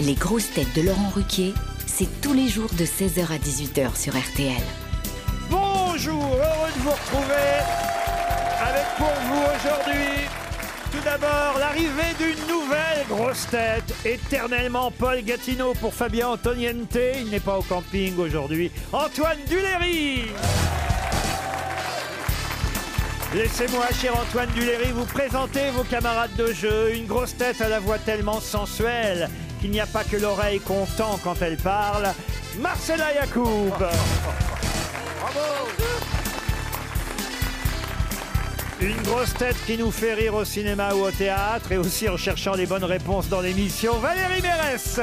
Les grosses têtes de Laurent Ruquier, c'est tous les jours de 16h à 18h sur RTL. Bonjour, heureux de vous retrouver avec pour vous aujourd'hui tout d'abord l'arrivée d'une nouvelle grosse tête, éternellement Paul Gatineau pour Fabien Antoniente, il n'est pas au camping aujourd'hui, Antoine Duléry Laissez-moi, cher Antoine Duléry, vous présenter vos camarades de jeu. Une grosse tête à la voix tellement sensuelle qu'il n'y a pas que l'oreille qu'on tend quand elle parle. Marcella Yacoub. Une grosse tête qui nous fait rire au cinéma ou au théâtre et aussi en cherchant les bonnes réponses dans l'émission, Valérie Mérès.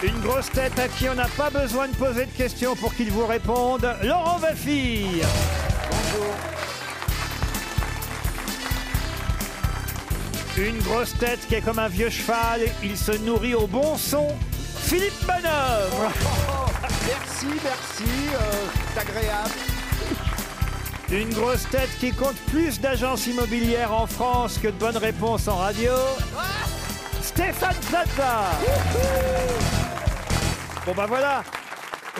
Une grosse tête à qui on n'a pas besoin de poser de questions pour qu'il vous réponde, Laurent Baffy. Une grosse tête qui est comme un vieux cheval, il se nourrit au bon son, Philippe Manœuvre. Merci, merci, euh, c'est agréable. Une grosse tête qui compte plus d'agences immobilières en France que de bonnes réponses en radio. Ah Stéphane Plaza. Bon bah voilà.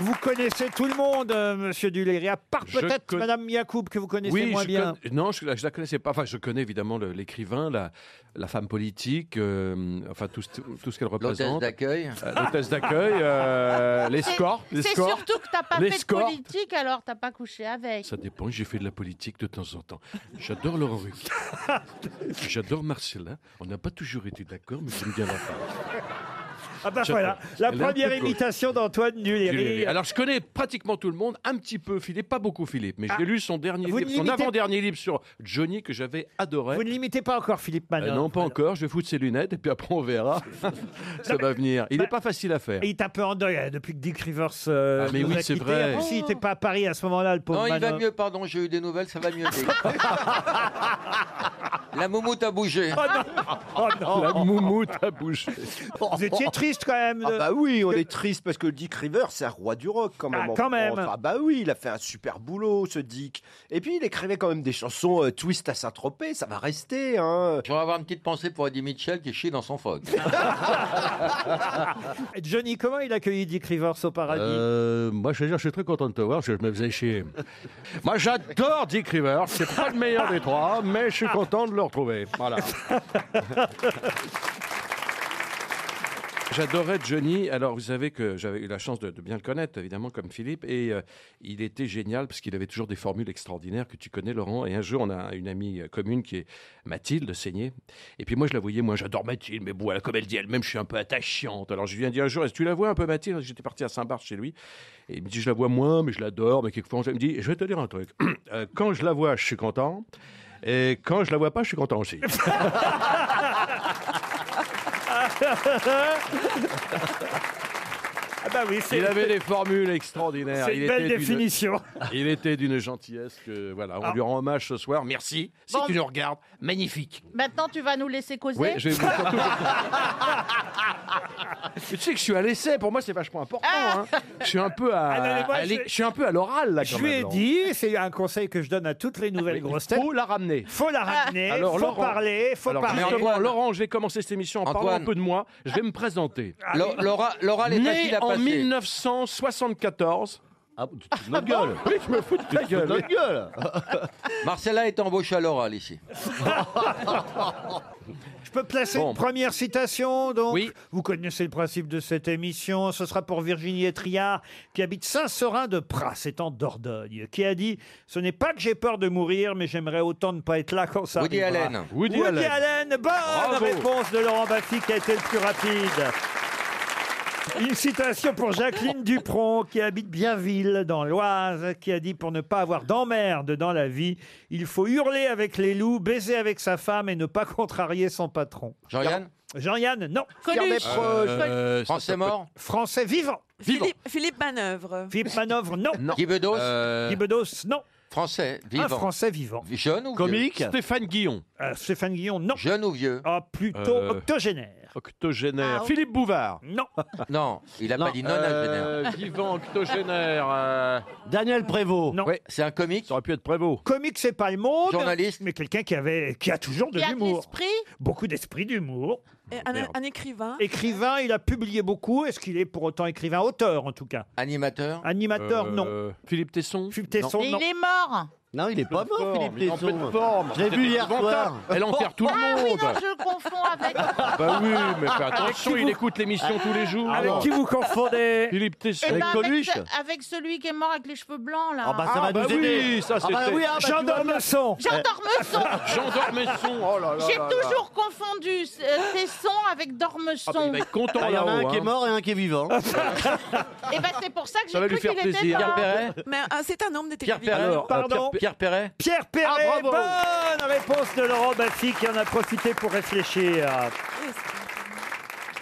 Vous connaissez tout le monde, euh, Monsieur Duléry, à part Je peut-être con- Madame Yacoub que vous connaissez Oui, moins je bien. connais- non, je, la- je la connaissais pas. Enfin, je connais évidemment le- l'écrivain, la, la femme politique, euh, enfin tout, ce- tout ce qu'elle représente. d'accueil. Euh, L'hôtesse d'accueil, euh, l'escorte. C'est c'est l'escorte. surtout que t'as pas fait de l'escorte. politique, alors t'as pas couché avec. Ça dépend, j'ai fait de la politique de temps en temps. J'adore Laurent Ruquier. J'adore Marcella. On n'a pas toujours été d'accord, mais j'aime bien la femme. Ah bah Je- voilà, la Elle est un peu première gauche. imitation d'Antoine Duléry. Alors, je connais pratiquement tout le monde, un petit peu Philippe, pas beaucoup Philippe, mais j'ai lu son dernier Ah. Vous livre, ne son l'imitez- avant-dernier livre sur Johnny que j'avais adoré. Vous ne l'imitez pas encore Philippe Euh, Manon. non, pas encore. Je vais foutre ses lunettes et puis après on verra. Ça va venir. Il n'est pas facile à faire. Et Bah, il est un peu en deuil hein, depuis que Dick Rivers euh, Ah, mais nous oui, a c'est quittés. vrai. Après, S'il n'était pas à Paris à ce moment-là, le pauvre Non, il va Manon. mieux, pardon, j'ai eu des nouvelles, ça va mieux. La moumoute a bougé. Oh non, oh non. La moumoute à bouche. Vous étiez triste quand même. de- Ah bah oui, on est triste parce que Dick Rivers, c'est un roi du rock quand même. Ah, en quand France. même. Ah bah oui, il a fait un super boulot, ce Dick. Et puis il écrivait quand même des chansons euh, Twist à Saint-Tropez, ça va rester. Hein. Je vais avoir une petite pensée pour Eddie Mitchell qui chie dans son fog. Johnny, comment il a accueilli Dick Rivers au paradis Euh, moi, je veux dire, je suis très content de te voir. Je me faisais chier. Moi, j'adore Dick Rivers. C'est pas le meilleur des trois, mais je suis content de le retrouver. Voilà. J'adorais Johnny. Alors, vous savez que j'avais eu la chance de, de bien le connaître, évidemment, comme Philippe. Et euh, il était génial parce qu'il avait toujours des formules extraordinaires que tu connais, Laurent. Et un jour, on a une amie euh, commune qui est Mathilde Seigné. Et puis moi, je la voyais. Moi, j'adore Mathilde, mais bon, elle, comme elle dit elle-même, je suis un peu attachante. Alors, je lui ai dit un jour, est-ce que tu la vois un peu, Mathilde J'étais parti à Saint-Barth chez lui. Et il me dit, je la vois moins, mais je l'adore. Mais quelquefois, je me dit, je vais te dire un truc. Euh, quand je la vois, je suis content. Et quand je la vois pas, je suis content aussi. Ah bah oui, c'est Il avait des formules extraordinaires. c'est Il une belle était d'une- définition. Ah. Il était d'une gentillesse que voilà, on lui rend hommage ce soir. Merci. Si Bon. tu nous regardes, magnifique. Maintenant, tu vas nous laisser causer. Oui, je vais vous- surtout- Mais tu sais que je suis à l'essai. Pour moi, c'est vachement important. hein. Je suis un peu à, Ah non, mais moi, à l'é- je- je suis un peu à l'oral là. Je quand lui même, ai Laurent. dit, c'est un conseil que je donne à toutes les nouvelles grosses têtes. Il faut la ramener. Ah. Faut la ramener, Alors, faut Laurent- parler, faut Alors, parler. justement, Laurent, je vais commencer cette émission en parlant Antoine. un peu de moi. Je vais me présenter. Ah, Lo- Laura, Laura les facile Né à en passer. 1974. Ah, de notre gueule. Oui, je me fous de ta gueule. oui. Marcella est embauchée à l'oral ici. Ah, Je peux placer Bon. une première citation, donc. Oui. Vous connaissez le principe de cette émission. Ce sera pour Virginie Etriard, qui habite Saint-Seurin-de-Pras, c'est en Dordogne, qui a dit « Ce n'est pas que j'ai peur de mourir, mais j'aimerais autant ne pas être là quand ça Woody arrivera. Allen. Woody Woody Allen. Allen. Bonne Bravo. réponse de Laurent Baffy, qui a été le plus rapide. Une citation pour Jacqueline Dupron, qui habite Bienville, dans l'Oise, qui a dit Pour ne pas avoir d'emmerde dans la vie, il faut hurler avec les loups, baiser avec sa femme et ne pas contrarier son patron. Jean-Yann Jean-Yann, non. Coluche. Euh, ça, Français ça peut- mort Français vivant. Vivant. Philippe, Philippe Manœuvre. Philippe Manœuvre, non. Guy Bedos Euh, Guy Bedos, non. Français, Un vivant. Français vivant. Jeune ou vieux Comique Stéphane Guillon, Euh, Stéphane Guillon, non. Jeune ou vieux Ah, plutôt Euh. octogénaire. octogénaire. Ah, ok. Philippe Bouvard. Non. Non, il a pas dit non à Génère. Euh, vivant, octogénaire. euh, Daniel Prévost. Non. ouais, C'est un comique ça aurait pu être Prévost. Comique, c'est pas le monde. Journaliste Mais quelqu'un qui avait, qui a toujours de Qui a de l'humour. l'esprit Beaucoup d'esprit d'humour. Et Un, Merde. un écrivain. Écrivain, il a publié beaucoup. Est-ce qu'il est pour autant écrivain Auteur, en tout cas. Animateur Animateur, Euh, non. Philippe Tesson. Philippe Tesson, Mais non. il est mort. Non, il est pas mort, Fort, Oh, mais Philippe en peu de Tesson. forme. Je l'ai vu C'est hier soir. Oh, épouvantable. Elle enterre tout le Ah oui, monde. non, je le confonds avec. Bah oui, mais fais attention, il écoute l'émission tous les jours. Avec qui vous confondez Philippe Tesson. Eh ben, avec, Coluche ce- avec celui qui est mort avec les cheveux blancs, là. Ah bah ça Ah va bah nous aider. oui, ça Ah bah c'était- oui, ah bah tu vois Jean bien. Dormesson. J'endors Meusson. Jean Dormesson. Oh là là. J'ai toujours confondu euh, Tesson avec Dormesson. Ah bah, il va être content Ah, Il y en a là-haut. un qui est hein. mort et un qui est vivant. Et ben c'est pour ça que Ça va j'ai lui cru faire qu'il était plaisir. Pierre mort. Perret Mais euh, c'est un homme de Pierre télévision. Perret Euh, Pardon. Pierre Perret Euh, Pierre Perret, Ah, bravo. bonne réponse de Laurent Baffy qui en a profité pour réfléchir.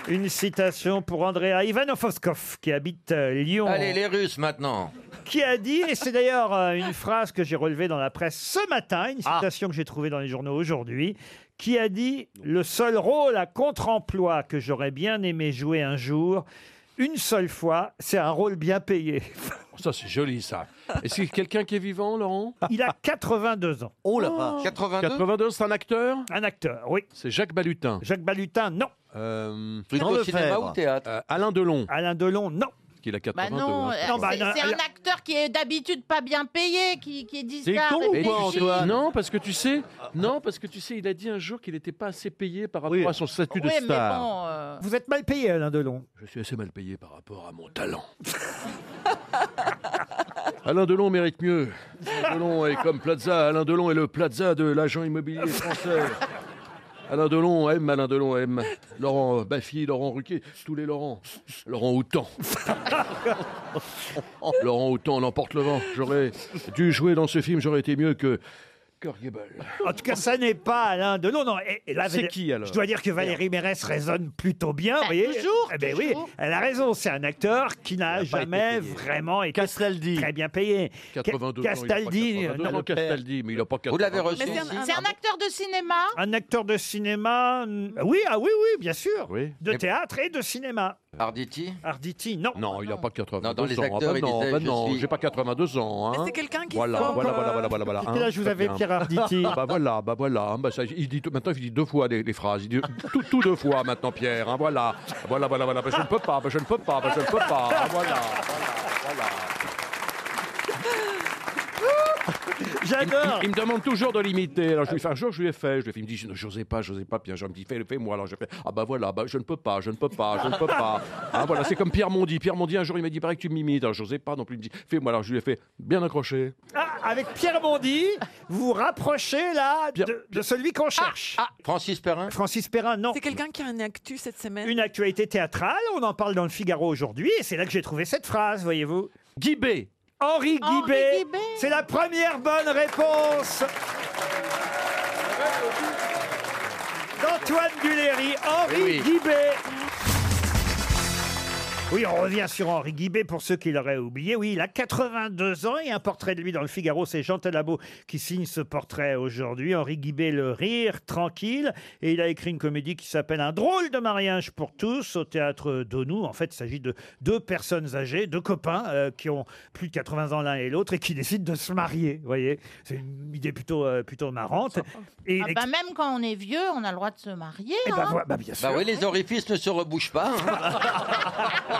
Une citation pour Andrea Ivanofoskov qui habite euh, Lyon, Allez, les Russes maintenant. qui a dit, et c'est d'ailleurs euh, une phrase que j'ai relevée dans la presse ce matin, une Ah. citation que j'ai trouvée dans les journaux aujourd'hui, qui a dit « Le seul rôle à contre-emploi que j'aurais bien aimé jouer un jour, une seule fois, c'est un rôle bien payé. Ça, c'est joli, ça. Est-ce qu'il y a quelqu'un qui est vivant, Laurent » Il a 82 ans. Ah. Oh la vache. 82 82, c'est un acteur Un acteur, oui. C'est Jacques Balutin. Jacques Balutin, non. Euh, Plutôt Jean cinéma Lefebvre. ou théâtre euh, Alain Delon, Alain Delon, non. qu'il a Bah 82. non, hein. euh, Non, bah, c'est non, c'est elle- un acteur qui est d'habitude pas bien payé, qui, qui est dit C'est ça con avec ou des quoi, filles. Antoine Non, parce que tu sais, non, parce que tu sais, il a dit un jour qu'il n'était pas assez payé par rapport Oui. à son statut de Oui, mais star. bon, euh, Vous êtes mal payé, Alain Delon. Je suis assez mal payé par rapport à mon talent. Alain Delon mérite mieux. Alain Delon est comme Plaza. Alain Delon est le Plaza de l'agent immobilier français. Alain Delon aime, Alain Delon aime. Laurent Baffy, Laurent Ruquier, tous les Laurents. Laurent Houtan. Laurent Houtan l'emporte le vent. J'aurais dû jouer dans ce film, j'aurais été mieux que Kurt Gable. En tout cas, ça n'est pas Alain Delon. Non, et, et là, C'est Valé- qui, alors Je dois dire que Valérie Mérès raisonne plutôt bien. vous Bah, voyez. toujours, Eh ben toujours. oui, elle a raison. C'est un acteur qui n'a Il a pas jamais été payé. vraiment été Castaldi. très bien payé. 82 ans, il a pas Castaldi, 82 euh, ans, non. Castaldi, mais il n'a pas Vous 82 l'avez reçu Mais c'est un- C'est un acteur de cinéma. Un acteur de cinéma, n- oui, ah oui, oui, bien sûr. Oui. De Et- théâtre et de cinéma. Arditi Arditi, non. Non, il n'a pas 82 Non, dans les ans. acteurs, Ah, il bah non, disait, bah je non, suis- j'ai pas 82 ans. Mais Hein. c'est quelqu'un qui Voilà, sort, voilà, euh, voilà, voilà, voilà, voilà. Quel hein, âge vous très avez, bien. Pierre Arditi bah voilà, bah voilà. hein, bah ça, il dit tout- maintenant, il dit deux fois les, les phrases. Il dit tout, tout deux fois maintenant, Pierre. hein, voilà, voilà, voilà, voilà. Bah, je ne peux pas, bah, je ne peux pas, bah, je ne peux pas. hein, voilà. J'adore. Il me demande toujours de l'imiter. Alors je lui fais un jour, je lui ai fait. Je lui ai fait. Il me dit, je n'osais pas, je n'osais pas. Pierre, je me dis, fais, fais-moi. Alors je fais. Ah bah voilà, bah, je ne peux pas, je ne peux pas, je ne peux pas. Ah voilà, c'est comme Pierre Mondi. Pierre Mondi un jour, il m'a dit, pareil que tu m'imites. Alors j'osais pas non plus. Il me dit, fais-moi. Alors je lui ai fait bien accroché. Ah, avec Pierre Bondy, vous vous rapprochez là Pierre- de, de celui Ah, qu'on cherche. Francis Perrin Francis Perrin, non. C'est quelqu'un qui a un actu cette semaine. Une actualité théâtrale, on en parle dans le Figaro aujourd'hui, et c'est là que j'ai trouvé cette phrase, voyez-vous. Guibé. Henri Henri Guibé, Guibé. c'est la première bonne réponse d'Antoine Duléry, Henri Eh oui. Guibé. Oui, on revient sur Henri Guibé pour ceux qui l'auraient oublié. Oui, il a 82 ans et un portrait de lui dans le Figaro, c'est Jean Talabot qui signe ce portrait aujourd'hui. Henri Guibé, le rire tranquille. Et il a écrit une comédie qui s'appelle Un drôle de mariage pour tous au théâtre d'Onou. En fait, il s'agit de deux personnes âgées, deux copains euh, qui ont plus de 80 ans l'un et l'autre et qui décident de se marier. Vous voyez, c'est une idée plutôt, euh, plutôt marrante. Et il Ah ex- bah, même quand on est vieux, on a le droit de se marier. Eh ben, hein. voilà, bah, bien sûr. Bah oui, les orifices ne se rebouchent pas. hein.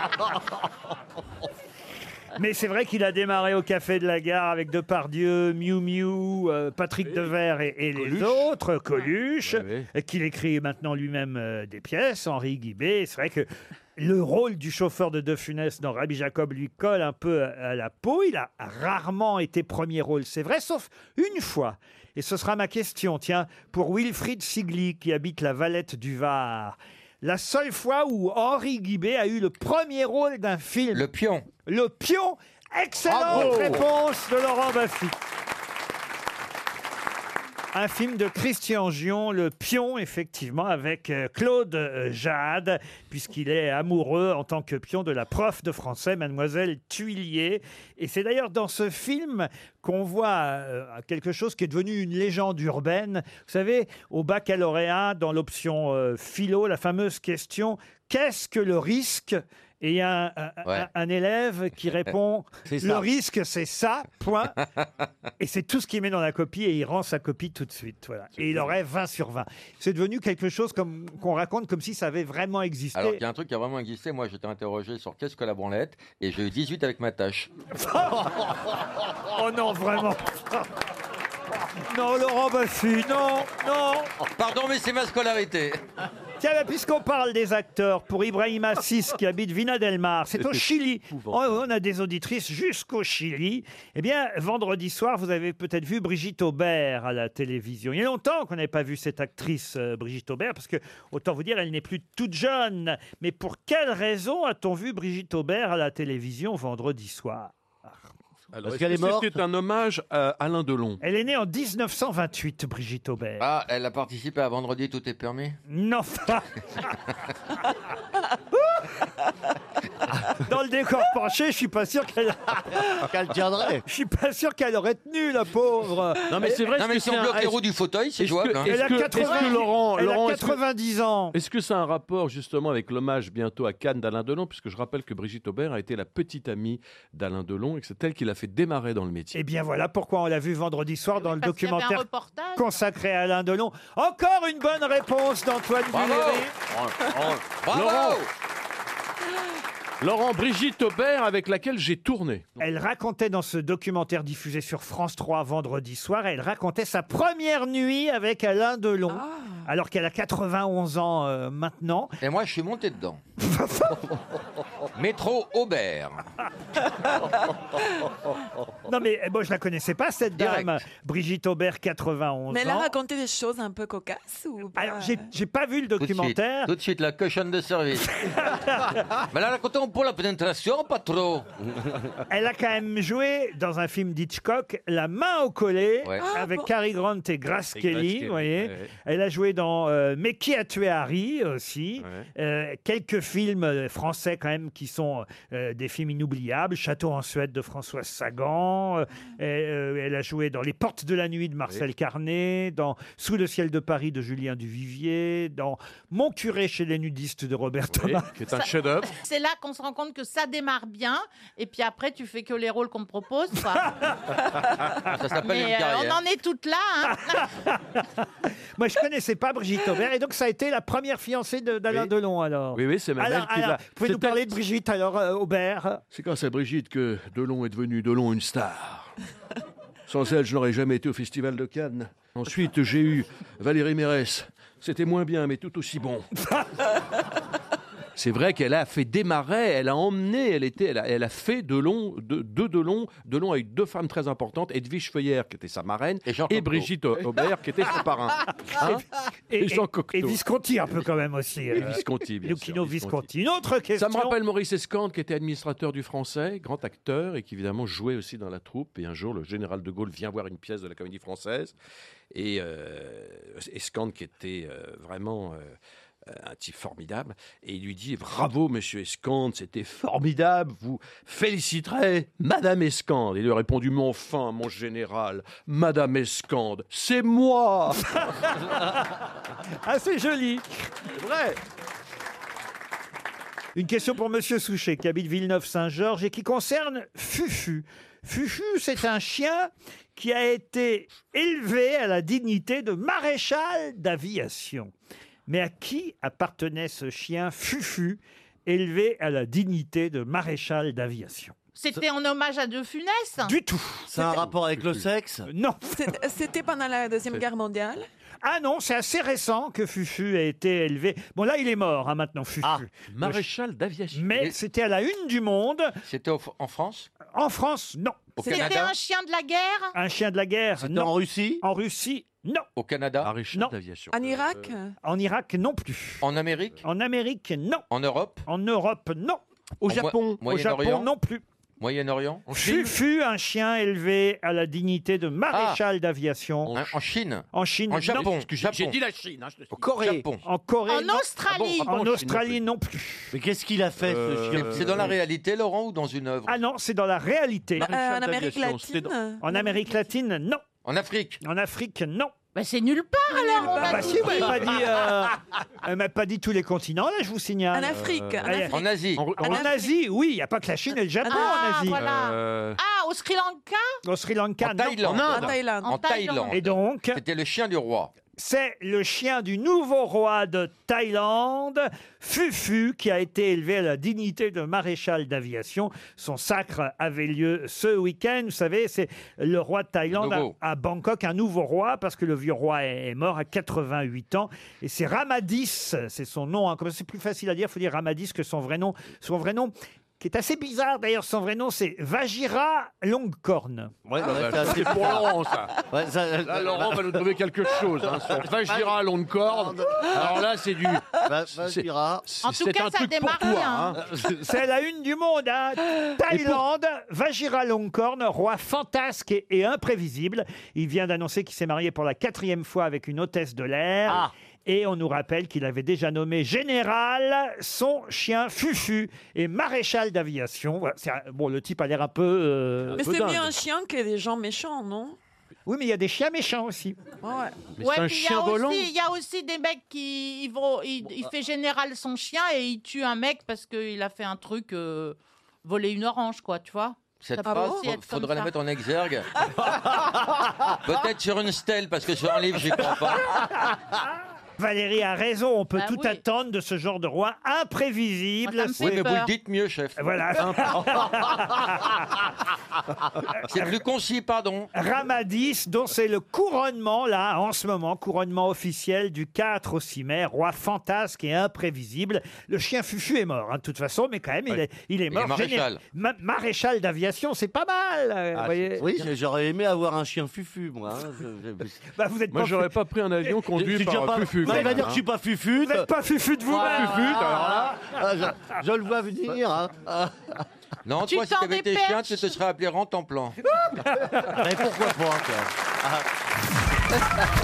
Mais c'est vrai qu'il a démarré au Café de la Gare avec Depardieu, Miu Miu, euh, Patrick Devers et, et les Coluche. autres, Coluche, Ouais, ouais. et qu'il écrit maintenant lui-même euh, des pièces, Henri Guibé. C'est vrai que le rôle du chauffeur de De Funès dans Rabbi Jacob lui colle un peu à à la peau. Il a rarement été premier rôle, c'est vrai, sauf une fois. Et ce sera ma question, tiens, pour Wilfried Sigli, qui habite la Valette du Var. la seule fois où Henri Guibé a eu le premier rôle d'un film. Le pion. Le pion. Excellente Bravo. réponse de Laurent Baffy. Un film de Christian Gion, Le Pion, effectivement, avec euh, Claude euh, Jade, puisqu'il est amoureux en tant que pion de la prof de français, mademoiselle Tuilier. Et c'est d'ailleurs dans ce film qu'on voit euh, quelque chose qui est devenu une légende urbaine. Vous savez, au baccalauréat, dans l'option euh, philo, la fameuse question « Qu'est-ce que le risque ?» Et il y a un, un- Ouais. un- un élève qui répond C'est Le ça. risque, c'est ça, point. et c'est tout ce qu'il met dans la copie et il rend sa copie tout de suite. Voilà. Et il aurait 20 sur 20. C'est devenu quelque chose comme qu'on raconte comme si ça avait vraiment existé. Alors qu'il y a un truc qui a vraiment existé. Moi, j'étais interrogé sur qu'est-ce que la branlette et j'ai eu 18 avec ma tâche. oh non, vraiment Non, Laurent Baffy, non, non Pardon, mais c'est ma scolarité. Tiens, bah, puisqu'on parle des acteurs, pour Ibrahim Assis qui habite Vina del Mar, c'est au C'est Chili. On, épouvantable. on a des auditrices jusqu'au Chili. Eh bien, vendredi soir, vous avez peut-être vu Brigitte Aubert à la télévision. Il y a longtemps qu'on n'avait pas vu cette actrice euh, Brigitte Aubert, parce que autant vous dire, elle n'est plus toute jeune. Mais pour quelle raison a-t-on vu Brigitte Aubert à la télévision vendredi soir Alors, Parce est-ce qu'elle est que morte. C'était un hommage à Alain Delon. Elle est née en 1928, Brigitte Aubert. Ah, elle a participé à Vendredi, tout est permis Non. Dans le décor penché, je suis pas sûr qu'elle Qu'elle tiendrait. Je suis pas sûr qu'elle aurait tenu la pauvre. Non, mais c'est vrai, est-ce que c'est un- est-ce- est-ce que- est-ce Elle a que- est-ce que 80 Laurent- elle a Laurent, est-ce que- 90 ans. Est-ce que ça a un rapport justement avec l'hommage bientôt à Cannes d'Alain Delon Puisque je rappelle que Brigitte Aubert a été la petite amie d'Alain Delon et que c'est elle qui l'a fait démarrer dans le métier. Eh bien voilà pourquoi on l'a vu vendredi soir dans le Eh parce qu'il y avait un documentaire reportage. consacré à Alain Delon. Encore une bonne réponse d'Antoine Bravo. Duléry. Bravo. Laurent. Laurent, Brigitte Aubert avec laquelle j'ai tourné. Elle racontait dans ce documentaire diffusé sur France 3 vendredi soir, elle racontait sa première nuit avec Alain Delon, Ah. alors qu'elle a 91 ans euh, maintenant. Et moi, je suis monté dedans. Métro Aubert. Non mais euh, moi je la connaissais pas cette dame, Brigitte Aubert, 91 Mais elle a ans. raconté des choses un peu cocasses ou pas Alors j'ai j'ai pas vu le documentaire. Tout de suite, la cochonne de service. Mais là, racontons pour la pénétration, pas trop. Elle a quand même joué dans un film d'Hitchcock, La main au collet, Ouais. Ah, avec bon. Cary Grant et Grace Et Grace Kelly. Kelly, vous voyez. ouais. Elle a joué dans euh, Mais qui a tué Harry aussi. Ouais. Euh, quelques films euh, français quand même qui sont euh, des films inoubliables. Château en Suède de François Sagan. Euh, et, euh, elle a joué dans Les Portes de la Nuit de Marcel Oui. Carnet, dans Sous le ciel de Paris de Julien Duvivier, dans Mon curé chez les nudistes de Robert Thomas. Qui est un chef-d'œuvre. C'est là qu'on se rend compte que ça démarre bien, et puis après, tu fais que les rôles qu'on te propose. quoi. Ça s'appelle une Mais euh, on carrière. en est toutes là. hein. Moi, je connaissais pas Brigitte Aubert et donc ça a été la première fiancée de- d'Alain Oui. Delon alors. Oui, oui, c'est même Alors, elle qui alors, l'a. vous pouvez nous C'est elle- parler de Brigitte alors euh, Aubert C'est grâce à Brigitte que Delon est devenu Delon une star. Sans elle, je n'aurais jamais été au Festival de Cannes. Ensuite, j'ai eu Valérie Mérès. C'était moins bien, mais tout aussi bon. C'est vrai qu'elle a fait démarrer, elle a emmené, elle était, elle a, elle a fait Delon, de, deux Delon. Delon a eu deux femmes très importantes, Edwige Feuillère, qui était sa marraine, et, Jean Cocteau. Brigitte Aubert, qui était son parrain. Hein et, Et Jean Cocteau. et Visconti un peu quand même aussi. Et euh, Visconti, bien Lucchino sûr, Visconti. Une autre question. Ça me rappelle Maurice Escande, qui était administrateur du français, grand acteur, et qui évidemment jouait aussi dans la troupe. Et un jour, le général de Gaulle vient voir une pièce de la comédie française. Et euh, Escande, qui était euh, vraiment. euh, un type formidable, et il lui dit Bravo, monsieur Escande, c'était formidable, vous féliciterez Madame Escande. Il lui a répondu Mon fin, mon général, Madame Escande, c'est moi Ah, c'est joli. vrai. Une question pour Monsieur Souchet qui habite Villeneuve-Saint-Georges et qui concerne Fufu. Fufu, c'est un chien qui a été élevé à la dignité de maréchal d'aviation. Mais à qui appartenait ce chien Fufu, élevé à la dignité de maréchal d'aviation C'était en hommage à De Funès. Du tout. C'est un rapport avec le sexe Non. C'était- euh, C'était pendant la Deuxième Guerre mondiale Ah non, c'est assez récent que Fufu a été élevé. Bon là, il est mort hein, maintenant, Fufu. Ah, Maréchal d'aviation. Mais c'était à la une du monde. C'était au- en France En France, non. C'était un chien de la guerre Un chien de la guerre C'était en Russie En Russie, non. Au Canada Un Non. Euh, d'aviation. En Irak En Irak, non plus. En Amérique En Amérique, non. En Europe En Europe, non. Au En Mo- Japon Au Moyen-Orient Japon, non plus. Moyen-Orient En Fu Chine fut un chien élevé à la dignité de maréchal d'aviation. Ah. En, en Chine En Chine, En non. Japon Japon. Chine. hein, Au Corée. Japon. En Corée. En non. Australie. Ah bon, ah bon, en Chine, Australie non plus. Mais qu'est-ce qu'il a fait, Euh, C'est dans la réalité, Laurent, ou dans une œuvre Ah non, c'est dans la réalité. Bah, euh, en Amérique D'aviation, c'était dans- latine En Amérique latine, non. En Afrique En Afrique, non. Bah, c'est nulle part alors. on Ah va bah tout si, vous m'avez dire. pas dit, euh, elle m'a pas dit tous les continents, là, je vous signale. Euh, En Afrique, en allez. Afrique. En Asie. En, en Asie, oui, il n'y a pas que la Chine et le Japon Ah, en Asie. voilà. Ah, au Sri Lanka Euh. Au Sri Lanka, En non. Thaïlande. En Thaïlande. En Thaïlande. Et donc C'était le chien du roi. C'est le chien du nouveau roi de Thaïlande, Fufu, qui a été élevé à la dignité de maréchal d'aviation. Son sacre avait lieu ce week-end. Vous savez, c'est le roi de Thaïlande Nouveau. à, à Bangkok, un nouveau roi, parce que le vieux roi est est mort à 88 ans. Et c'est Ramadis, c'est son nom. hein. Comme c'est plus facile à dire, il faut dire Ramadis que son vrai nom. Son vrai nom, qui est assez bizarre d'ailleurs, son vrai nom, c'est Vajira Longuecorne. Ouais, bah, bah, ça, ça, c'est pour Laurent, Ah, ça. bah, Là, Laurent va nous trouver quelque chose. Hein, sur Vajira à longue corde. Alors là, c'est du. Vajira. c'est- En tout c'est cas, un ça truc démarre pour toi, hein. bien. C'est la une du monde, hein. Thaïlande, Vajira Longkorn, roi fantasque et, et imprévisible. Il vient d'annoncer qu'il s'est marié pour la quatrième fois avec une hôtesse de l'air. Ah. Et on nous rappelle qu'il avait déjà nommé général son chien Fufu et maréchal d'aviation. Voilà, c'est un- bon, le type a l'air un peu. euh, Mais c'est mieux un chien que des gens méchants, non Oui, mais il y a des chiens méchants aussi. Ouais, ouais. Ouais, puis il y a aussi- Il y a aussi des mecs qui ils vont, il, il fait général son chien et il tue un mec parce qu'il a fait un truc, euh, voler une orange, quoi, tu vois. Cette Ça peut phrase, aussi fa- être comme faudrait la ça. mettre en exergue. Peut-être sur une stèle, parce que sur un livre, j'y crois pas. Valérie a raison, on peut Bah tout oui. attendre de ce genre de roi imprévisible. Oui, mais vous le dites mieux, chef. Voilà. C'est plus concis, pardon. Ramadis, dont c'est le couronnement, là, en ce moment, couronnement officiel du 4 au 6 mai, roi fantasque et imprévisible. Le chien Fufu est mort, hein, de toute façon, mais quand même, il, est, il est est mort. maréchal. géné- ma- maréchal d'aviation, c'est pas mal. euh, vous voyez. Oui, j'ai- j'aurais aimé avoir un chien fufu, moi. hein. Je- je- Bah, vous êtes Moi, pas j'aurais pas pris un avion Je conduit suis par toujours pas- Fufu. Non, quand il va même, dire que je hein. suis pas fufu. Vous n'êtes pas Fufu de Ah, vous-même. fufu, bah alors là, ah, je, je le vois venir. hein. Ah. Non, Tu toi, si t'en t'avais été dépêches. chien, tu te serais appelé Rentemplan. Ah, Mais pourquoi pas quoi.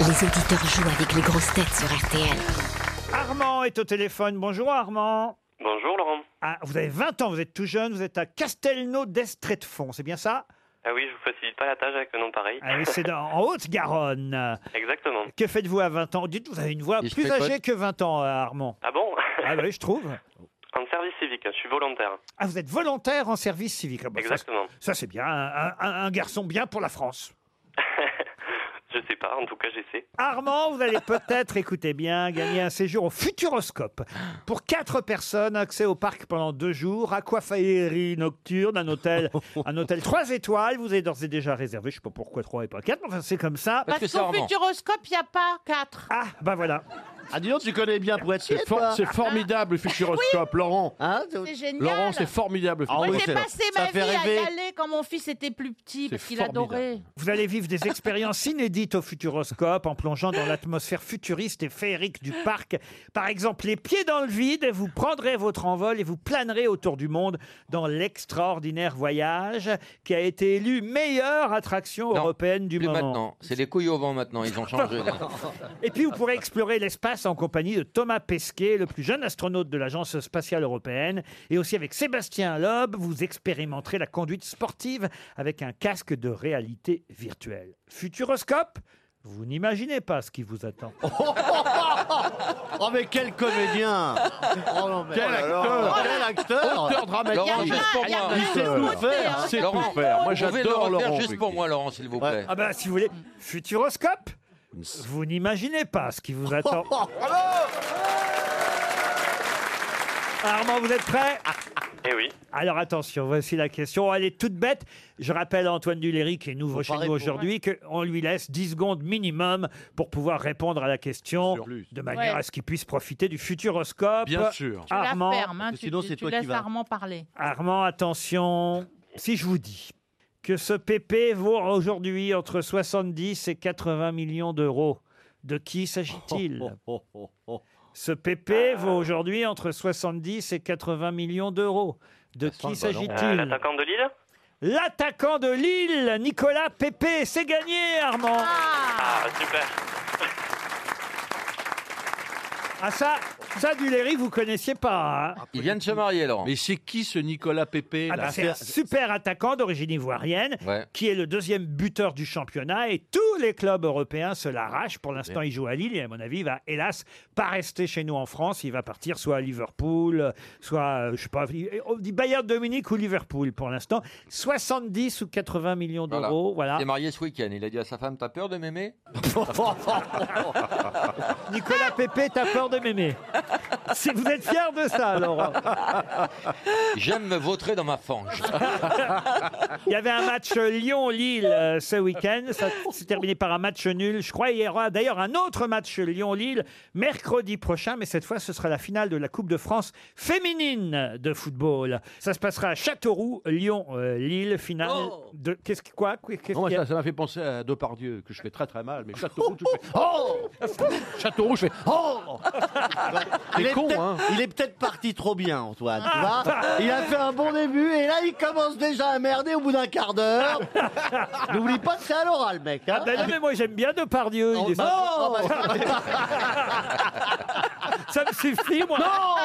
Les auditeurs jouent avec les grosses têtes sur RTL. Armand est au téléphone. Bonjour, Armand. Bonjour Laurent. Ah, vous avez 20 ans, vous êtes tout jeune, vous êtes à Castelnau d'Estret de Fond, c'est bien ça Ah oui, je vous facilite pas la tâche avec un nom pareil. Ah oui, c'est dans- en Haute-Garonne. Exactement. Que faites-vous à 20 ans Dites, vous avez une voix Il se plus fait âgée que 20 ans, euh, Armand. Ah bon Ah oui, je trouve. En service civique, je suis volontaire. Ah, vous êtes volontaire en service civique. Ah bah, ça, Exactement. c'est- Ça, c'est bien. Un, un- un garçon bien pour la France. Je sais pas, en tout cas j'essaie. Armand, vous allez peut-être, écoutez bien, gagner un séjour au Futuroscope. Pour quatre personnes, accès au parc pendant deux jours, aquafaillerie nocturne, un hôtel, un hôtel trois étoiles. Vous avez d'ores et déjà réservé, je sais pas pourquoi trois et pas quatre, mais enfin, c'est comme ça. Parce que Parce ça qu'au remonte. futuroscope, il n'y a pas quatre. Ah, bah voilà. Ah, dis donc, tu connais bien Poitiers. C'est for- toi. c'est formidable, le futuroscope, Laurent. Hein, t'es- Ah. C'est génial. Laurent, c'est formidable. le Ah Moi, oui, futuroscope. j'ai c'est- passé ça ma vie fait rêver. à y aller quand mon fils était plus petit parce qu'il formidable. adorait. Vous allez vivre des expériences inédites au Futuroscope en plongeant dans l'atmosphère futuriste et féerique du parc. Par exemple, les pieds dans le vide, vous prendrez votre envol et vous planerez autour du monde dans l'extraordinaire voyage qui a été élu meilleure attraction Non, européenne du Plus moment. maintenant. C'est les couilles au vent maintenant, ils ont changé. Et puis vous pourrez explorer l'espace en compagnie de Thomas Pesquet, le plus jeune astronaute de l'Agence spatiale européenne. Et aussi avec Sébastien Loeb, vous expérimenterez la conduite sportive avec un casque de réalité virtuelle. Futuroscope vous n'imaginez pas ce qui vous attend. Oh, mais quel comédien Oh, non, mais- Quel Oh là là. acteur. Quel acteur Auteur Laurent, dramatique. juste pour Il y a moi. pas Il sait de tout nouveauté, faire, hein. C'est Laurent, tout faire. Moi, Vous pouvez le j'adore refaire Laurent. juste pour moi, Laurent, s'il vous plaît. Ah ben, si vous voulez, Futuroscope, vous n'imaginez pas ce qui vous attend. Ah, Armand, vous êtes prêts Eh oui. Alors attention, voici la question. Elle est toute bête. Je rappelle à Antoine Duléry, qui est nouveau Faut chez pas nous répondre. aujourd'hui, qu'on lui laisse 10 secondes minimum pour pouvoir répondre à la question, Sur lui. de manière Ouais. à ce qu'il puisse profiter du futuroscope. Bien sûr. Tu Armand, la fermes, hein, parce que tu, sinon, tu- c'est tu toi qui laisses vas. Armand parler. Armand, attention. Si je vous dis que ce PP vaut aujourd'hui entre 70 et 80 millions d'euros. De qui s'agit-il Ce PP vaut aujourd'hui entre 70 et 80 millions d'euros. De qui Euh, s'agit-il L'attaquant de Lille L'attaquant de Lille, Nicolas Pépé, c'est gagné, Armand. Ah, super Ah ça, ça Duléry, vous connaissiez pas. hein Il vient de se marier, Laurent. Mais c'est qui ce Nicolas Pépé Ah bah, c'est un super attaquant d'origine ivoirienne Ouais. qui est le deuxième buteur du championnat et tous les clubs européens se l'arrachent. Pour l'instant, Bien. il joue à Lille et à mon avis, il va hélas pas rester chez nous en France. Il va partir soit à Liverpool, soit euh, je sais pas, il- on dit Bayern de Munich ou Liverpool pour l'instant. 70 ou 80 millions d'euros, voilà. Il s'est marié ce week-end. Il a dit à sa femme T'as peur de m'aimer Nicolas Pépé, t'as peur de m'aimer. Si vous êtes fier de ça, Laurent. J'aime me vautrer dans ma fange. Il y avait un match Lyon-Lille euh, ce week-end. Ça s'est terminé par un match nul. Je crois qu'il y aura d'ailleurs un autre match Lyon-Lille mercredi prochain, mais cette fois, ce sera la finale de la Coupe de France féminine de football. Ça se passera à Châteauroux, Lyon-Lille, finale de. Qu'est-ce que quoi Qu'est-ce qu'il Non, y a ça ça m'a fait penser à Depardieu, que je fais très très mal, mais Châteauroux, je fais Oh Châteauroux, je fais Oh Il T'es est con, peut-être- hein Il est peut-être parti trop bien, Antoine. tu vois. Ah. il a fait un bon début et là, il commence déjà à merder au bout d'un quart d'heure. N'oublie pas que c'est à l'oral, mec. hein. Ben non, mais moi j'aime bien Depardieu. il est bah, sympa. oh, ça me suffit, moi. Moi,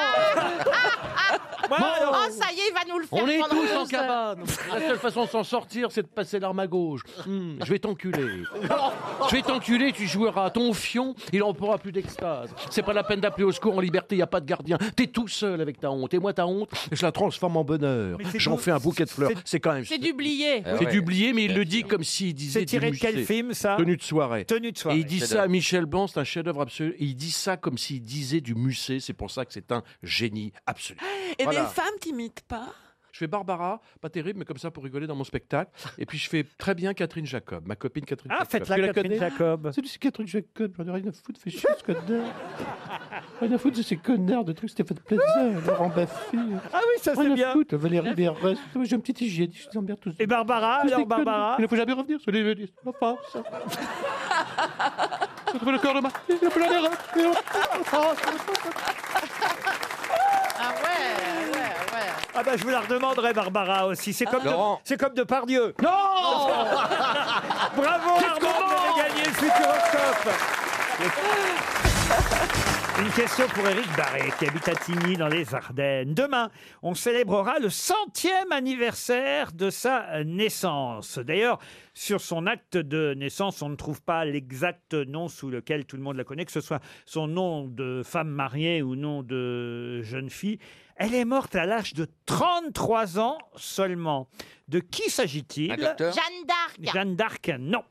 alors- Oh, ça y est, il va nous le faire. On est pendant tous en onze cabane. La seule façon de s'en sortir, c'est de passer l'arme à gauche. Hmm, je vais t'enculer. Je vais t'enculer, tu joueras à ton fion, il en pourra plus d'extase. C'est pas la peine d'appeler au secours en liberté, il y a pas de gardien. T'es tout seul avec ta honte. Et moi, ta honte, je la transforme en bonheur. J'en fais un bouquet de fleurs. C'est quand même. C'est d'oublier. Eh C'est d'oublier, mais il le dit comme s'il disait. C'est tiré de Dumusset. quel film, ça Tenue de soirée. Tenue de soirée. Et il dit Chef ça d'œuvre. à Michel Blanc, c'est un chef-d'œuvre absolu. Et il dit ça comme s'il disait du Musset. C'est pour ça que c'est un génie absolu. Et Voilà. les femmes t'imitent pas Je fais Barbara, pas terrible, mais comme ça pour rigoler dans mon spectacle. Et puis je fais très bien Catherine Jacob, ma copine Catherine Ah, Jacob. faites-la, Tu la Catherine connais Jacob. Salut, c'est Catherine Jacob. J'en ai rien à foutre, fais chier ce connard. Rien à foutre de ces connards de trucs, Stéphane Plaza, Laurent Baffy. Ah oui, ça c'est bien. Foutre, Valérie Berres. Moi, J'ai un petit hygiène, je les emmerde tous. Et Barbara, Tous des alors connards. Barbara. Il ne faut jamais revenir sur les vénus. Enfin, ça. J'ai trouvé le corps de ma. Il a plus la merde. Oh, Ah ouais, ouais, ouais. Ah bah je vous la redemanderai Barbara aussi. C'est comme de- Ah. Laurent. c'est comme de Pardieu. Non Bravo Armand, vous avez gagné le Futuroscope. Une question pour Éric Barré, qui habite à Tigny, dans les Ardennes. Demain, on célébrera le centième anniversaire de sa naissance. D'ailleurs, sur son acte de naissance, on ne trouve pas l'exact nom sous lequel tout le monde la connaît, que ce soit son nom de femme mariée ou nom de jeune fille. Elle est morte à l'âge de 33 ans seulement. De qui s'agit-il Un docteur Jeanne d'Arc. Jeanne d'Arc, non.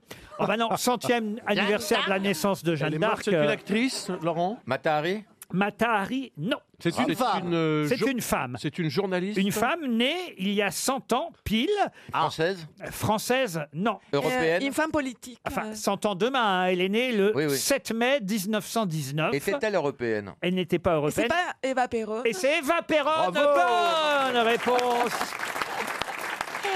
Oh bah non, centième anniversaire de la naissance de Jeanne d'Arc. C'est une euh, actrice, Laurent Matahari Matahari, non. C'est une, c'est une, euh, C'est jour- une femme. C'est une journaliste. Une femme née il y a 100 ans, pile. Française Française, non. Européenne Euh, Une femme politique. Enfin, euh, 100 ans demain, hein. elle est née le Oui, oui. 7 mai 1919. Était-elle européenne Elle n'était pas C'est européenne. pas Eva Perron. Et c'est Eva Perron, Bravo bonne réponse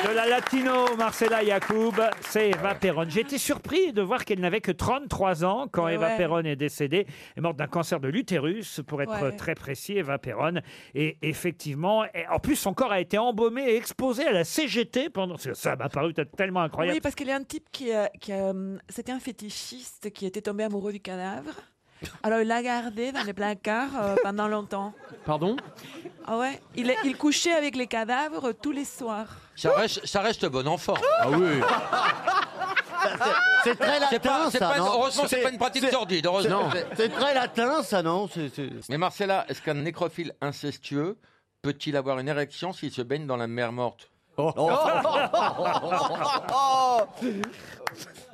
de la latino Marcela Yacoub, c'est Eva Perron. J'ai été surpris de voir qu'elle n'avait que 33 ans quand Ouais. Eva Perron est décédée. Elle est morte d'un cancer de l'utérus, pour être Ouais. très précis, Eva Perron. Et effectivement, et en plus, son corps a été embaumé et exposé à la CGT pendant... Ça m'a paru tellement incroyable. Oui, parce qu'il y a un type qui, euh, qui, euh, c'était un fétichiste qui était tombé amoureux du cadavre. Alors il l'a gardé dans les placards euh, pendant longtemps. Pardon Ah ouais, il, est- il couchait avec les cadavres tous les soirs. ça reste, ça reste bon enfant. Ah oui C'est très C'est pas- latin, c'est ça, pas- non heureusement, c'est pas une pratique c'est- sordide, heureusement. c'est- C'est très latin, ça, non C'est- c'est- Mais Marcella, est-ce qu'un nécrophile incestueux peut-il avoir une érection s'il se baigne dans la mer morte Oh. Oh,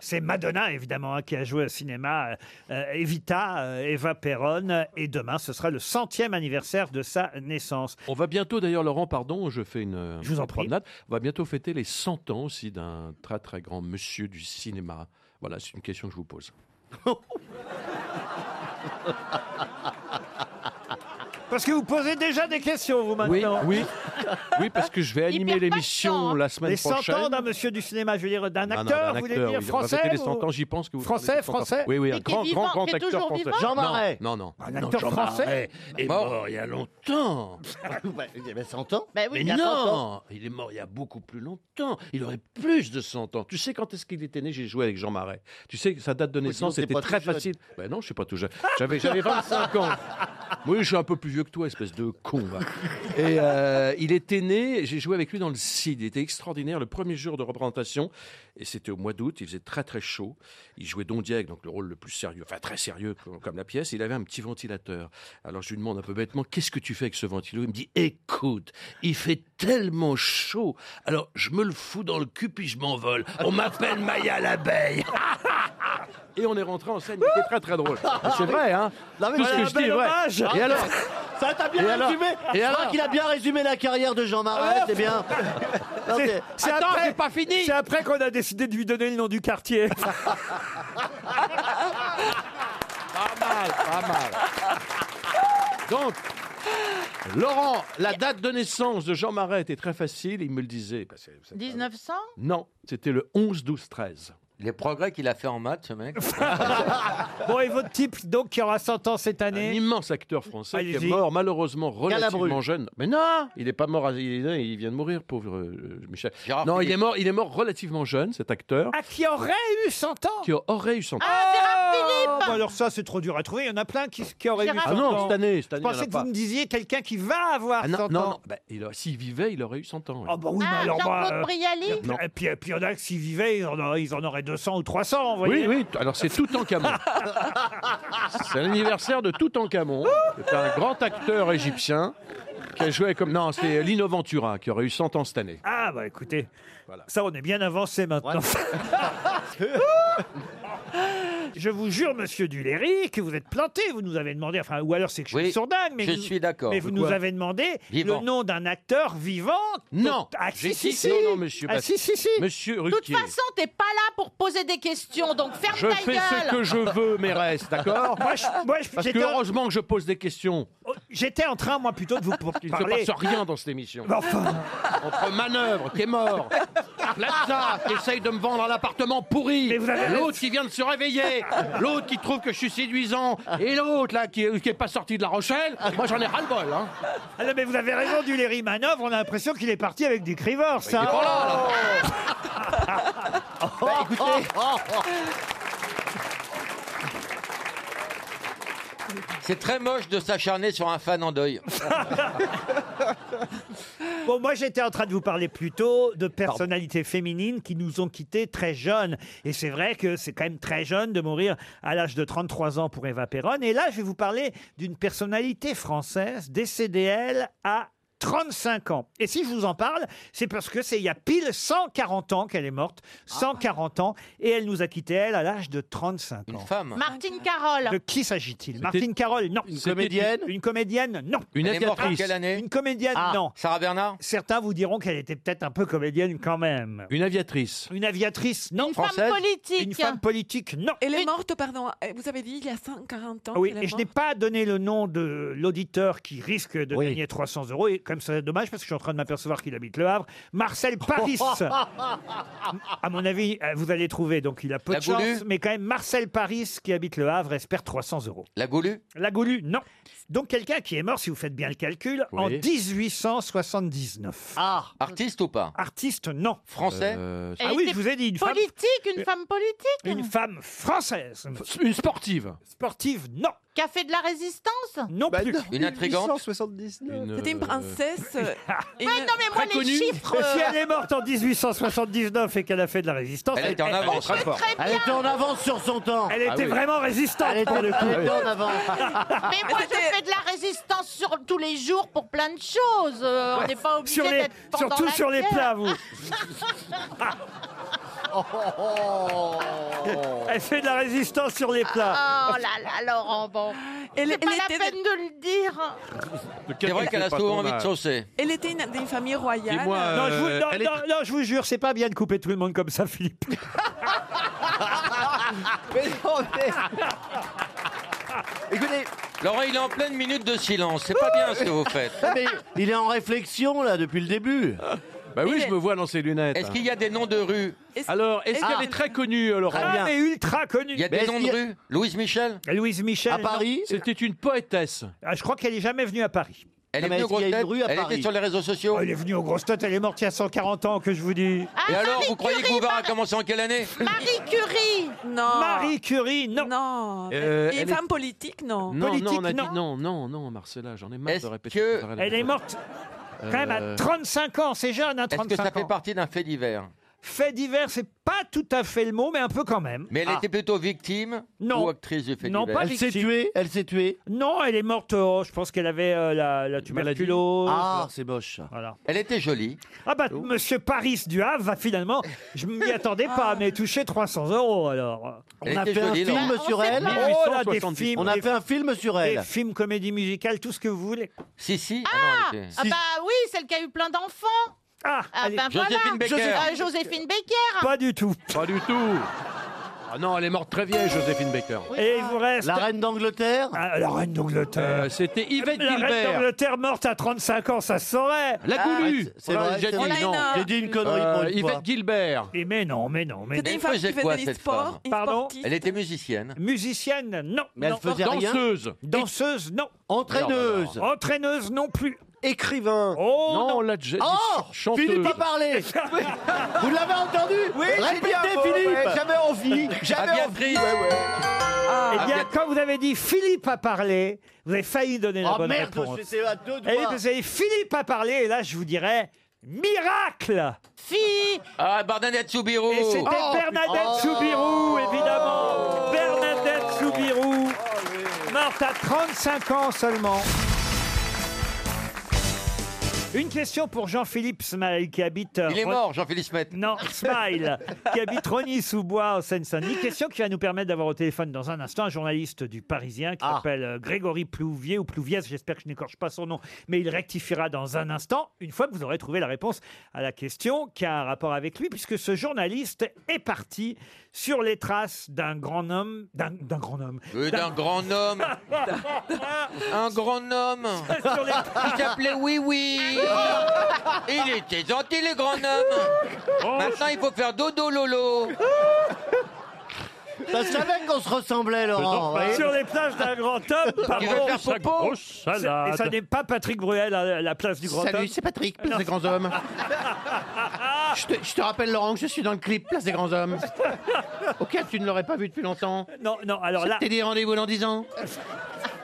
C'est Madonna, évidemment, hein, qui a joué au cinéma. euh, euh, Evita, euh, Eva Perron. Et demain, ce sera le centième anniversaire de sa naissance. On va bientôt, d'ailleurs, Laurent, pardon, je fais une, euh, Je vous en une prie. promenade. On va bientôt fêter les 100 ans aussi d'un très très grand monsieur du cinéma. Voilà, c'est une question que je vous pose. Parce que vous posez déjà des questions, vous, Oui, maintenant. oui, oui, parce que je vais animer hein. l'émission la semaine Les 100 prochaine. Ah ans d'un monsieur du cinéma, je veux dire, d'un Non, non, acteur, d'un vous voulez acteur, dire oui. français Bah, c'était les ou- 100 ans, j'y pense que vous parlez Français, des 100 ans. français Oui, oui, un Mais qui est grand, vivant, grand, grand qui est acteur toujours français. vivant Non, Jean Marais. Non, non. Un acteur Jean français Marais est mort il y a longtemps. Bah Ah Il y avait 100 ans. Ben Mais non, il est mort il y a beaucoup plus longtemps. Il aurait plus de 100 ans. Tu sais quand est-ce qu'il était né J'ai joué avec Jean Marais. Tu sais que sa date de naissance t'es était pas très tout jeune. facile. Ben non, je suis pas tout jeune. J'avais j'avais 25 ans. Oui, je suis un peu plus vieux que toi, espèce de con. va. Et euh, il était né, j'ai joué avec lui dans le CID. Il était extraordinaire le premier jour de représentation. Et c'était au mois d'août, il faisait très très chaud. Il jouait Don Diègue, donc le rôle le plus sérieux, enfin très sérieux comme, comme la pièce. Il avait un petit ventilateur. Alors je lui demande un peu bêtement, qu'est-ce que tu fais avec ce ventilo Il me dit, écoute, il fait tellement chaud. Alors je me le fous dans le cul puis je m'envole. On m'appelle Maya l'abeille. Et on est rentré en scène, c'était très très drôle. Ah Mais C'est vrai, hein Non, mais Tout ce voilà que un je bel dis, est vrai. hommage. Et alors Ça t'a bien Et alors résumé. Et je crois alors qu'il a bien résumé la carrière de Jean Marais, Ah c'est bien. Non, c'est- C'est euh, Attends, après- j'ai pas fini. C'est après qu'on a décidé de lui donner le nom du quartier. Pas mal, pas mal. Donc, Laurent, la date de naissance de Jean Marais était très facile, il me le disait. parce que c'est- 1900 Non, c'était le 11, 12, 13. Les progrès qu'il a fait en maths, ce mec. bon, et votre type, donc, qui aura 100 ans cette année Un immense acteur français qui Allez-y. est mort malheureusement relativement Galabru. jeune. Mais non, il n'est pas mort, il, est- il vient de mourir, pauvre euh, Michel. Gérard non, il Philippe. est mort, il est mort relativement jeune, cet acteur, Ah, qui aurait eu 100 ans qui aurait eu son Ah, bah alors ça, c'est trop dur à trouver. Il y en a plein qui, qui auraient eu Gérard 100 Ah non, ans. cette année, cette année, Je pensais il y en a que pas. vous me disiez quelqu'un qui va avoir Ah non, 100 non, ans. non, bah, il aurait- s'il vivait, il aurait eu 100 ans. oui. Ah bah oui, mais Ah, alors moi... Jean-Claude Brialy et puis- Et puis, et puis il y en a qui s'ils vivaient, ils en, auraient, ils en auraient 200 ou 300, vous Oui, voyez oui, t- alors c'est Toutankhamon. c'est l'anniversaire de Toutankhamon. C'est un grand acteur égyptien qui a joué comme. Non, c'est Lino Ventura qui aurait eu 100 ans cette année. Ah bah écoutez, ça on est bien avancé maintenant. je vous jure, monsieur Duléry, que vous êtes planté. Vous nous avez demandé, enfin, ou alors c'est que je suis Oui, sourdane, mais je vous- suis d'accord. Mais vous De nous quoi avez demandé Vivant. le nom d'un acteur vivant. Non ah, J'ai si, si, dit- si. Non, non, monsieur. Ah, Bast- si, si, si. Monsieur De toute Ruquier. façon, t'es pas là pour poser des questions, donc ferme Je ta fais gueule. ce que je veux, mais reste, d'accord Moi, je- moi, je- Parce que j'étais en- heureusement que je pose des questions. Oh, J'étais en train, moi, plutôt de vous pour- Il ne se parler. passe rien dans cette émission. Mais enfin, Entre Manœuvre, qui est mort, Plaza, qui essaye de me vendre un appartement pourri, vous avez- l'autre qui vient de se réveiller, l'autre qui trouve que je suis séduisant, et l'autre là qui n'est pas sorti de La Rochelle, moi j'en ai ras-le-bol. Hein. ah non, mais vous avez raison, Duléry Manœuvre, on a l'impression qu'il est parti avec du crivor, ça. Oh. Il est Oh pas là, là. Bah, écoutez, C'est très moche de s'acharner sur un fan en deuil. Bon, moi, j'étais en train de vous parler plutôt de personnalités féminines qui nous ont quittés très jeunes. Et c'est vrai que c'est quand même très jeune de mourir à l'âge de 33 ans pour Eva Perron. Et là, je vais vous parler d'une personnalité française décédée, elle, à 35 ans. Et si je vous en parle, c'est parce que c'est il y a pile 140 ans qu'elle est morte. Ah. 140 ans. Et elle nous a quittés, elle, à l'âge de 35 ans. Une femme. Martine Carole. De qui s'agit-il Martine Carole, non. Une comédienne Une comédienne, non. Une Elle est morte en aviatrice, quelle année Une comédienne, Ah. non. Sarah Bernard Certains vous diront qu'elle était peut-être un peu comédienne quand même. une aviatrice, Une aviatrice, non. Une femme Française. politique. Une femme politique, non. Elle est Une- morte, pardon. euh, Vous avez dit il y a 140 ans. Ah oui, qu'elle est et je n'ai morte. pas donné le nom de l'auditeur qui risque de Oui. gagner 300 euros, et comme ça c'est dommage parce que je suis en train de m'apercevoir qu'il habite Le Havre, Marcel Paris. à mon avis, euh, vous allez trouver, donc il a peu La de chance, Goulue mais quand même Marcel Paris qui habite Le Havre espère 300 euros. La Goulue La Goulue, non. Donc quelqu'un qui est mort, si vous faites bien le calcul, Oui. en 1879. Ah, Artiste ou pas Artiste, non. Français euh, Elle ah oui, était je vous ai dit, une femme, Euh, Politique, une femme politique une femme française. une sportive, Sportive, non. Qui a fait de la résistance Non Non plus. Une intrigante 1879. Bah, une, C'était une euh, princesse. euh, et une- mais moi Très connue. les chiffres Mais si euh, elle est morte en 1879 et qu'elle a fait de la résistance, Elle était en avance, très fort. elle était en avance sur son temps. elle Elle était Ah oui. vraiment résistante pour le coup. était en avance. Ah. Mais moi je fais de la résistance sur tous les jours pour plein de choses Euh, On n'est pas obligé Sur les, d'être pendant surtout la sur les guerre. plats, vous. Oh. Elle fait de la résistance sur les plats. Oh là là, Laurent, bon. Elle- C'est elle pas la était- peine de le dire. de quel C'est vrai qu'elle a pas souvent ton envie de âge. saucer. Elle était une- d'une famille royale. Dis-moi, euh, Non, je vous, non, elle est- non, non, je vous jure, c'est pas bien de couper tout le monde comme ça, Philippe. Mais non, mais- Écoutez, Laurent, il est en pleine minute de silence. C'est pas bien ce que vous faites. Mais il est en réflexion là depuis le début. Bah oui, je me vois dans ses lunettes. Est-ce qu'il y a des noms de rues Alors, est-ce qu'elle est très connue, euh, Laurent Très bien. Ah, mais ultra connue. Il y a des noms de rues Louise Michel Euh, Louise Michel. non. C'était une poétesse. Ah, je crois qu'elle est jamais venue à Paris. Elle est venue aux grosses têtes Elle était sur les réseaux sociaux Ah, Oh, elle est venue aux grosses têtes, elle est morte il y a 140 ans, que je vous dis. Ah, Et alors, vous croyez que Bouvard a commencé en quelle année Marie Curie Non. Marie Curie, non. Non. Euh, Et elle femme est- politique, non. Non, non, on a non. dit non, non, non, Marcella, j'en ai marre Est-ce de répéter. que- tout le temps la Elle même est chose. morte quand même à Euh, 35 ans, c'est jeune, hein, Est-ce que 35 ça fait ans. partie d'un fait divers Fait divers, c'est pas tout à fait le mot, mais un peu quand même. Mais elle Ah. était plutôt victime Non. ou actrice du fait Non, divers pas Elle s'est- victime. Elle s'est tuée Non, elle est morte. oh, je pense qu'elle avait euh, la, la tuberculose. Ah, c'est moche. Voilà. Elle était jolie. Ah bah, monsieur Paris du Havre, va finalement, je m'y attendais pas, mais toucher 300 euros alors. On a fait un film sur elle. Oh là, des films, On a des- fait un film sur des elle. films, comédie musicale, tout ce que vous voulez. Si, si. Ah, non, elle était- ah bah oui, celle qui a eu plein d'enfants Ah, Ah allez. ben Joséphine voilà Baker. Ah, Joséphine Baker Pas du tout. Pas du tout. Ah non, elle est morte très vieille, Joséphine Baker. Et il vous reste La reine d'Angleterre. Ah, la reine d'Angleterre. Euh, C'était Yvette la reine Gilbert. d'Angleterre morte à 35 ans, ça se saurait. La Goulue. C'est On l'a vrai. déjà c'est dit, vrai. non. J'ai dit une connerie pour Euh, une fois. Yvette Gilbert. Et mais non, mais non, mais C'était non. une femme qui faisait faisait quoi, des cette sports, femme une Pardon sportive. Elle était musicienne. Musicienne, non. Mais elle Non. faisait rien. Danseuse. Danseuse, non. Entraîneuse. Entraîneuse, non plus. Écrivain. Oh Non, non. on l'a déjà dit. Oh Chanteuse. Philippe a parlé Vous l'avez entendu Oui, j'ai Répétez, bien Philippe J'avais envie. J'avais envie. Aviatrice. Eh bien, bien. quand vous avez dit Philippe a parlé, vous avez failli donner la Oh bonne merde, réponse. Eh c'est à deux Et doigts vous avez Philippe a parlé, et là, je vous dirais miracle. Fille Ah, Bardanette Soubirou. Et c'était Oh, Bernadette putain. Soubirou, Oh. évidemment. Bernadette Soubirou, Oh, morte à 35 ans seulement. Une question pour Jean-Philippe Smile qui habite. euh, Il est mort, Jean-Philippe Smet. Non, Smile, qui habite Rony-sous-Bois en Seine-Saint-Denis. Question qui va nous permettre d'avoir au téléphone dans un instant un journaliste du Parisien qui Ah. s'appelle euh, Grégory Plouvier ou Plouviès, j'espère que je n'écorche pas son nom, mais il rectifiera dans un instant, une fois que vous aurez trouvé la réponse à la question qui a un rapport avec lui, puisque ce journaliste est parti sur les traces d'un grand homme, d'un d'un grand homme, Euh, D'un grand homme. Un grand homme. sur les Il s'appelait Oui Oui. Il était gentil, le grand homme. Oh. Maintenant, il faut faire dodo lolo. Ça savait qu'on se ressemblait, Laurent. ouais. sur les plages d'un grand homme, Il veut pardon. faire popo. Et ça n'est pas Patrick Bruel à la place du grand homme. Ah, c'est Patrick, Place des Grands Hommes. je, te, je te rappelle, Laurent, que je suis dans le clip Place des Grands Hommes. Auquel tu ne l'aurais pas vu depuis longtemps. Non, non, alors là. T'es des rendez-vous dans 10 ans.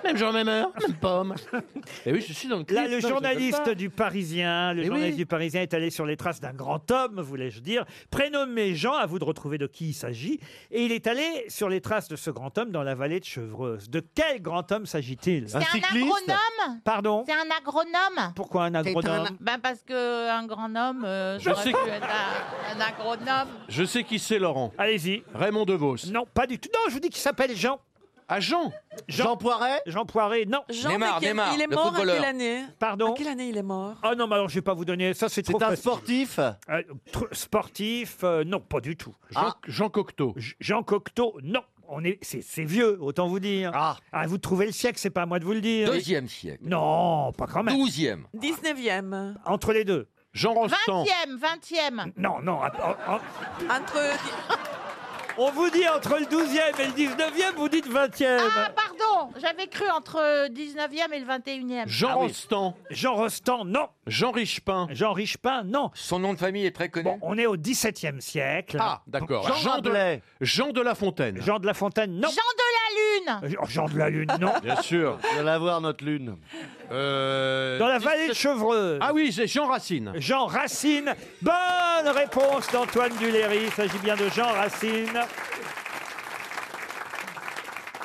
Même jour, même heure, même pomme. Et Eh oui, je suis dans le clip. Là, le non, je journaliste du Parisien, le Eh journaliste oui. du Parisien est allé sur les traces d'un grand homme, voulais-je dire, prénommé Jean, à vous de retrouver de qui il s'agit, et il est allé sur les traces de ce grand homme dans la vallée de Chevreuse. De quel grand homme s'agit-il Un C'est un cycliste agronome Pardon C'est un agronome Pourquoi un agronome Ben parce que un grand homme, euh, Je j'aurais sais pu que- être un, un agronome. Je sais qui c'est, Laurent. Allez-y. Raymond DeVos. Non, pas du tout. Non, je vous dis qu'il s'appelle Jean. Ah, Jean Jean, Poiret Jean Poiré, non. Jean, Neymar, mais quel- Neymar, il est le mort à footballeur. quelle année Pardon À quelle année il est mort Ah non, mais alors je vais pas vous donner ça, c'est trop C'est un facile. sportif. Euh, tr- sportif, euh, non, pas du tout. Ah. Jean, Jean Cocteau. J- Jean Cocteau, non. On est, c'est, c'est vieux, autant vous dire. Ah. vous trouvez le siècle, c'est pas à moi de vous le dire. Deuxième siècle. Non, pas quand même. Douzième. 19e. Entre les deux. Jean Oh, Rostand. 20e, 20e. Non, non. att- en- en- Entre. On vous dit entre le 12e et le 19e, vous dites 20e. Ah pardon, j'avais cru entre 19e et le 21e. Jean Ah oui. Rostand. Jean Rostand, non. Jean Richepin. Jean Richepin, non. Son nom de famille est très connu. Bon, on est au 17e siècle. Ah, d'accord. Jean Rabelais. de, Jean de La Fontaine. Jean de la Fontaine, non. Jean de la Lune Jean, Oh, Jean de la Lune, non. Bien sûr. On va voir notre lune. Euh, Dans la vallée de Chevreuse. Ah oui, c'est Jean Racine. Jean Racine. Bonne réponse d'Antoine Duléry. Il s'agit bien de Jean Racine.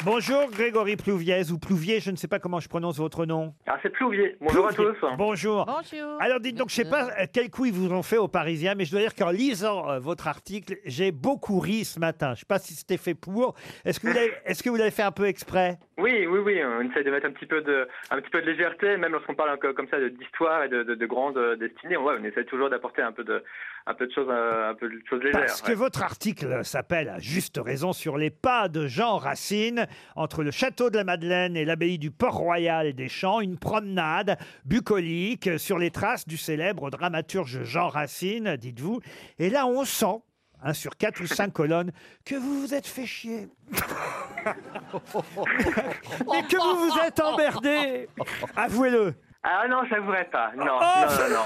Bonjour Grégory Plouviez ou Plouvier, je ne sais pas comment je prononce votre nom. Ah, c'est Plouvier. Bonjour Plouvier. à tous. Bonjour. Bonjour. Alors dites donc, je sais pas euh, quel coup ils vous ont fait aux Parisiens, mais je dois dire qu'en lisant euh, votre article, j'ai beaucoup ri ce matin. Je sais pas si c'était fait pour. Est-ce que vous l'avez- est-ce que vous l'avez fait un peu exprès Oui, oui, oui. On essaie de mettre un petit peu de, un petit peu de légèreté, même lorsqu'on parle co- comme ça de- d'histoire et de, de, de grandes euh, destinées. Ouais, on essaie toujours d'apporter un peu de, un peu de choses, euh, un peu de choses légères. Parce que ouais. votre article s'appelle à juste raison sur les pas de Jean Racine. entre le château de la Madeleine et l'abbaye du Port-Royal des Champs, une promenade bucolique sur les traces du célèbre dramaturge Jean Racine, dites-vous. Et là, on sent, hein, sur quatre ou cinq colonnes, que vous vous êtes fait chier. Mais que vous vous êtes emmerdé Avouez-le Ah non, j'avouerai pas. Non, Oh non, non, non.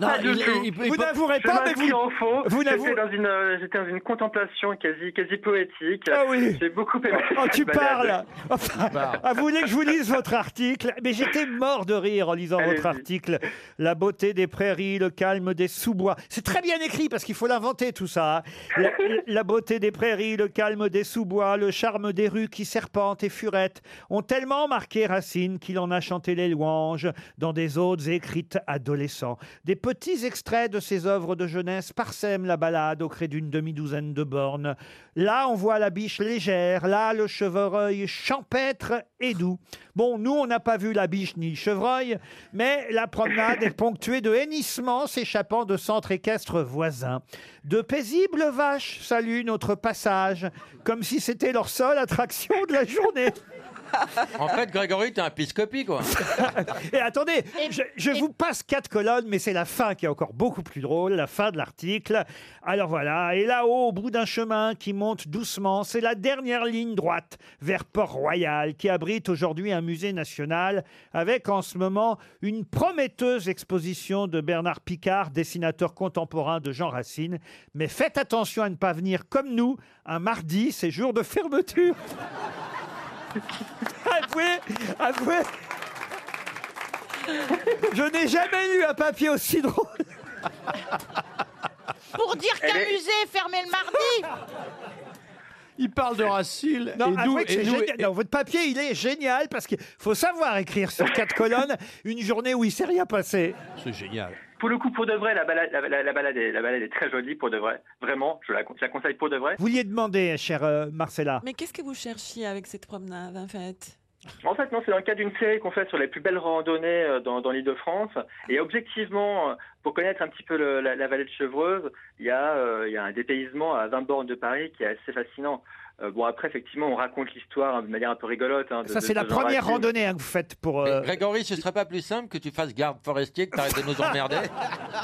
Non, Pas du il- tout. il- il- Vous il- n'avouerez Je pas, mais vous- m'inscris en faux. vous J'étais n'avouerez- dans une, euh, J'étais dans une contemplation quasi, quasi poétique. Ah oui. J'ai beaucoup aimé. Oh, tu cette balade. parles Enfin, Bah. ah, Vous voulez que je vous lise votre article Mais j'étais mort de rire en lisant votre article. La beauté des prairies, le calme des sous-bois. C'est très bien écrit parce qu'il faut l'inventer tout ça. hein. La, la beauté des prairies, le calme des sous-bois, le charme des rues qui serpentent et furettent ont tellement marqué Racine qu'il en a chanté les louanges dans des odes écrites adolescents. Des petits extraits de ses œuvres de jeunesse parsèment la balade au cré d'une demi-douzaine de bornes. Là, on voit la biche légère, là, le chevreuil champêtre et doux. Bon, nous, on n'a pas vu la biche ni le chevreuil, mais la promenade est ponctuée de hennissements s'échappant de centres équestres voisins. De paisibles vaches saluent notre passage, comme si c'était leur seule attraction de la journée. En fait, Grégory, t'es un piscopi, quoi. Et attendez, je, je vous passe quatre colonnes, mais c'est la fin qui est encore beaucoup plus drôle, la fin de l'article. Alors voilà, et là-haut, au bout d'un chemin qui monte doucement, c'est la dernière ligne droite vers Port-Royal, qui abrite aujourd'hui un musée national, avec en ce moment une prometteuse exposition de Bernard Picard, dessinateur contemporain de Jean Racine. Mais faites attention à ne pas venir comme nous, un mardi, c'est jour de fermeture. avouez, avouez. Je n'ai jamais lu un papier aussi drôle. Pour dire qu'un musée est fermé le mardi Il parle de Racine. Non, et avouez nous- que c'est et nous- génial. Non, votre papier, il est génial parce qu'il faut savoir écrire sur quatre colonnes une journée où il s'est rien passé. C'est génial. Pour le coup, pour de vrai, la balade, la, la- la balade, est, la balade est très jolie, pour de vrai. Vraiment, je la, con- je la conseille pour de vrai. Vous vouliez demander, chère euh, Marcella. Mais qu'est-ce que vous cherchiez avec cette promenade, en fait En fait, non, c'est dans le cadre d'une série qu'on fait sur les plus belles randonnées euh, dans, dans l'île de France. Et objectivement, euh, pour connaître un petit peu le- la, la vallée de Chevreuse, il y, a, euh, il y a un dépaysement à 20 bornes de Paris qui est assez fascinant. Euh, bon, après, effectivement, on raconte l'histoire hein, de manière un peu rigolote. hein, de- Ça, de- c'est la de Jean première Racine. randonnée hein, que vous faites pour. euh, Grégory, ce serait pas plus simple que tu fasses garde forestier, que t'arrêtes de nous emmerder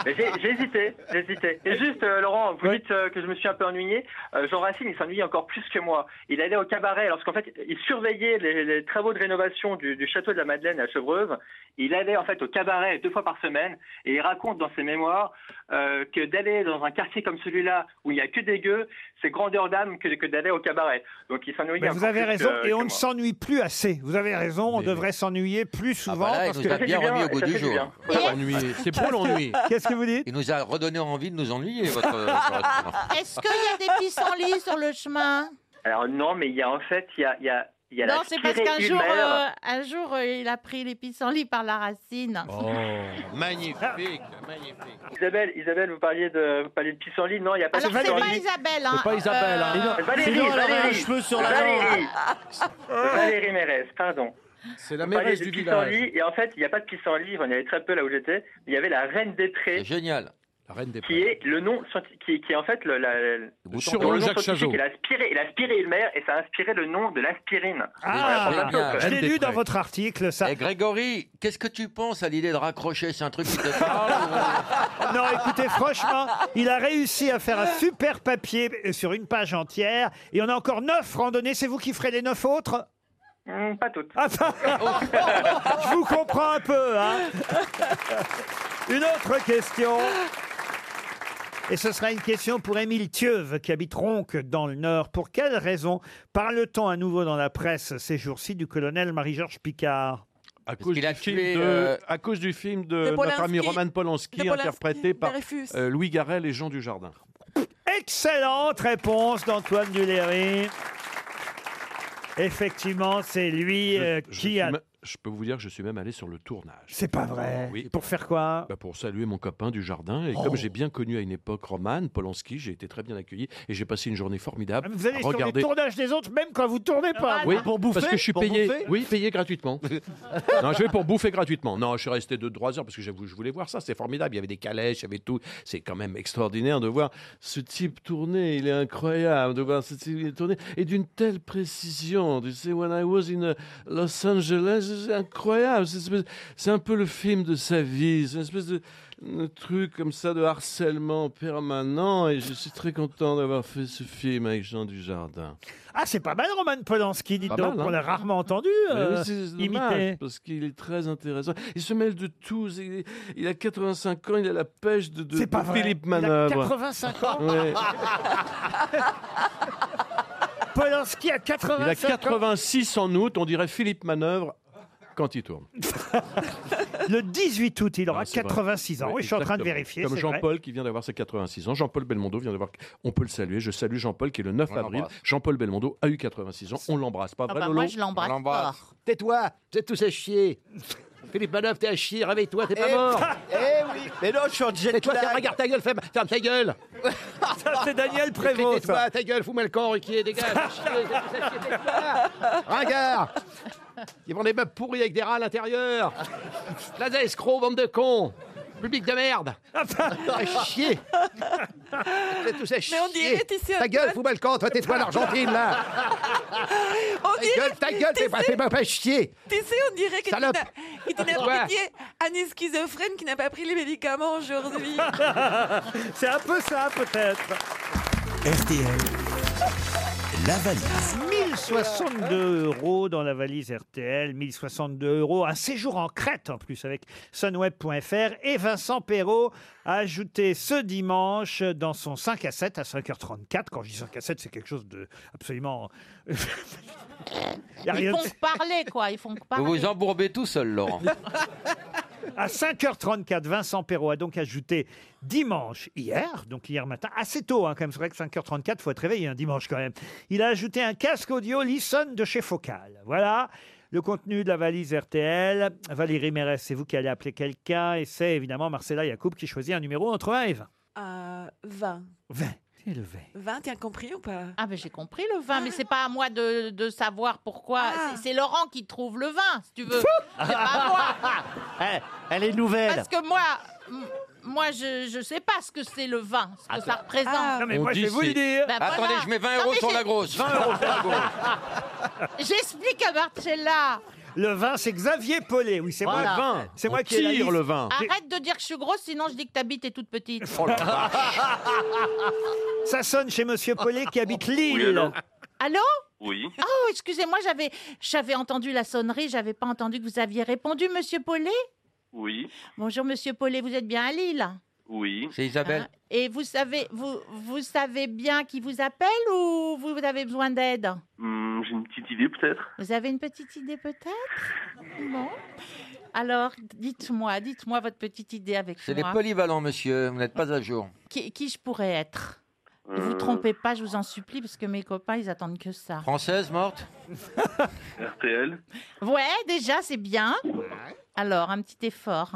Mais J'ai j'ai hésité, j'ai hésité. Et juste, euh, Laurent, vous dites euh, que je me suis un peu ennuyé. Euh, Jean Racine, il s'ennuyait encore plus que moi. Il allait au cabaret, alors qu'en fait, il surveillait les, les travaux de rénovation du, du château de la Madeleine à Chevreuse. Il allait en fait au cabaret deux fois par semaine et il raconte dans ses mémoires euh, que d'aller dans un quartier comme celui-là où il n'y a que des gueux, c'est grandeur d'âme que, que d'aller au cabaret. Donc il s'ennuyait ben, encore vous avez plus raison, que- et que on ne moi. s'ennuie plus assez. Vous avez raison, on devrait s'ennuyer plus souvent. Voilà, parce Ah bah il que- nous a bien remis au goût du jour. L'ennui, C'est pour l'ennui. Qu'est-ce que vous dites Il nous a redonné envie de nous ennuyer, votre. Euh, votre- Est-ce qu'il y a des pissenlits sur le chemin Alors non, mais il y a en fait, il y a, il y a, il y a Non, la c'est parce tirée qu'un jour, humaine. euh, un jour euh, il a pris les pissenlits par la racine. Oh. magnifique, Ah. magnifique. Isabelle, Isabelle, vous parliez de, vous parliez de pissenlit. Non, il n'y a pas Alors, de c'est pas pissenlit. Isabelle. Hein. euh, Valérie, sinon, elle aurait Valérie, un cheveu sur la Valérie. Valérie Mérez, pardon. C'est la Vous parliez mairesse de du pissenlit, village. Et en fait, il n'y a pas de pissenlit, on y avait très peu là où j'étais. Il y avait la reine des prés. génial. La reine des Qui est le nom, scienti- qui, qui est en fait le, la, Sur dont le nom Jacques Chazot. scientifique est l'aspirée, et l'aspirée Ulmer, et ça a inspiré le nom de l'aspirine. Ah, Voilà, pour plein de choses. je l'ai lu dans votre article, Eh, ça. Et Grégory, qu'est-ce que tu penses à l'idée de raccrocher C'est un truc qui te parle Non, écoutez, franchement, il a réussi à faire un super papier sur une page entière. Et on a encore neuf randonnées. C'est vous qui ferez les neuf autres Hmm, Pas toutes. Ah, ça- Je vous comprends un peu, hein Une autre question. Et ce sera une question pour Émile Thieuve, qui habite Ronque, dans le Nord. Pour quelle raison parle-t-on à nouveau dans la presse ces jours-ci du colonel Marie-Georges Picard À cause, qu'il a du film tué, de- euh, à cause du film de, de notre Polanski. ami Roman Polanski, De Polanski, interprété par Dreyfus. euh, Louis Garrel et Jean Dujardin. Excellente réponse d'Antoine Duléry. Effectivement, c'est lui euh, qui a... Je me- je peux vous dire que je suis même allé sur le tournage. C'est pas vrai. Oui. Pour faire quoi Oh. Bah, Pour saluer mon copain du jardin. Et comme j'ai bien connu à une époque Roman Polanski, j'ai été très bien accueilli et j'ai passé une journée formidable. Ah, Vous allez sur les Regardez. tournages des autres, même quand vous tournez pas. Oui, parce que je suis payé. Oui, payé gratuitement. non, je vais pour bouffer gratuitement. Non, je suis resté deux trois heures parce que j'avoue, je voulais voir ça. C'est formidable. Il y avait des calèches, il y avait tout. C'est quand même extraordinaire de voir ce type tourner. Il est incroyable de voir ce type tourner et d'une telle précision. Tu sais, when I was in euh, Los Angeles, c'est incroyable. C'est espèce- C'est un peu le film de sa vie. C'est une espèce de un truc comme ça de harcèlement permanent et je suis très content d'avoir fait ce film avec Jean Dujardin. Ah, c'est pas mal, Roman Polanski, dites Pas donc. mal, hein. On l'a rarement entendu Mais euh, oui, c'est dommage, imiter. parce qu'il est très intéressant. Il se mêle de tout. c'est- Il, a 85 ans, il a la pêche de, de- C'est pas de vrai. Philippe Il a Manœuvre. 85 ans Ouais. Polanski a Il a 85 ans. 86 en août, on dirait Philippe Manœuvre quand il tourne. Le 18 août, il aura C'est vrai. 86 Ah, ans. Oui, je suis en train de exactement. vérifier. Comme c'est Jean-Paul qui vient d'avoir ses 86 ans. Jean-Paul Belmondo vient d'avoir. On peut le saluer. Je salue Jean-Paul qui est le 9 On avril. l'embrasse. Jean-Paul Belmondo a eu 86 ans. On l'embrasse, pas Ah vrai, bah, Lolo moi, je l'embrasse On l'embrasse. fort. Tais-toi, vous êtes tous à chier. Philippe Manoff, t'es à chier, réveille-toi, t'es Eh, pas mort. eh oui. Mais non, je suis en jet Tais-toi, lag. ferme- regarde ta gueule, ferme, ferme ta gueule. Ça, c'est Daniel Prévost, ça. Tais-toi, ta gueule, fous-moi le camp, Ruquier, dégage. Regarde Ils vendent des meubles pourris avec des rats à l'intérieur. Plaza escroc, bande de cons. Public de merde. Ah, bah. À chier. Vous êtes tous à chier. on dirait, tu sais, Ta gueule, fous-moi le camp, toi, tais-toi, l'Argentine, là. On Ta gueule, ta gueule, fais pas, fais pas- fais pas chier. Tu sais, on dirait que tu Salope. n'as- que tu n'as Ouais. pas pitié à une schizophrène qui n'a pas pris les médicaments aujourd'hui. ça. c'est un peu ça, peut-être. RTL, la valise. 1062 euros dans la valise RTL, 1062 euros, un séjour en Crète en plus avec sunweb.fr et Vincent Perrault a ajouté ce dimanche dans son 5 à 7 à 5h34, quand je dis 5 à 7 c'est quelque chose de absolument... Y a Ils rien font de- que parler, quoi. Ils font que parler. Vous vous embourbez tout seul, Laurent. À 5h34, Vincent Perrault a donc ajouté dimanche, hier, donc hier matin, assez tôt, hein, quand même, c'est vrai que 5h34, faut être réveillé un dimanche quand même. Il a ajouté un casque audio Listen de chez Focal. Voilà. Le contenu de la valise RTL. Valérie Mérès, c'est vous qui allez appeler quelqu'un. Et c'est évidemment Marcella Yacoub qui choisit un numéro entre 1 et 20. Euh, 20. 20. 20, t'as compris ou pas Ah, mais j'ai compris le vin, mais c'est pas à moi de, de savoir pourquoi. Ah. C'est- C'est Laurent qui trouve le vin, si tu veux. C'est pas moi. Eh, elle est nouvelle. Parce que moi, m- moi, je, je sais pas ce que c'est le vin, ce que ça représente. Ah. Ben, Non, mais On moi, je dit vais vous le c'est- dire. Attendez, je mets 20 Bah, Non, euros mais sur j'ai- la grosse. 20 euros sur la grosse. J'explique à Marcella. Le vin, c'est Xavier Paulet. Oui, c'est moi. Voilà. Vin. C'est On moi qui ai la tire liste. le vin. J'ai- Arrête de dire que je suis grosse, sinon je dis que ta bite est toute petite. Oh, Ça sonne chez Monsieur Paulet qui habite Lille. allô Allô Oui. Oh, excusez-moi, j'avais, j'avais entendu la sonnerie, j'avais pas entendu que vous aviez répondu, Monsieur Paulet. Oui. Bonjour, Monsieur Paulet, vous êtes bien à Lille Oui. C'est Hein Et vous savez, vous, vous savez bien qui vous appelle ou vous avez besoin d'aide Hmm, J'ai une petite idée peut-être. Vous avez une petite idée peut-être Non Alors, dites-moi, dites-moi votre petite idée avec C'est des moi. polyvalents, monsieur. Vous n'êtes pas à jour. Qui, qui je pourrais être Ne vous Euh. trompez pas, je vous en supplie, parce que mes copains, ils attendent que ça. Française morte RTL. Ouais, déjà, c'est bien. Alors, un petit effort.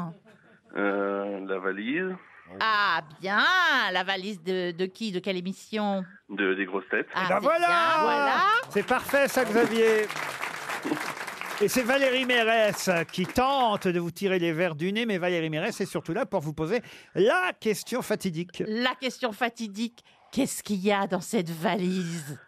euh, la valise Ah, bien La valise de, de qui De quelle émission de des grosses têtes. Ah, Ben c'est bien, voilà. C'est parfait ça, Xavier et c'est Valérie Mérès qui tente de vous tirer les verres du nez, mais Valérie Mérès est surtout là pour vous poser la question fatidique. La question fatidique, qu'est-ce qu'il y a dans cette valise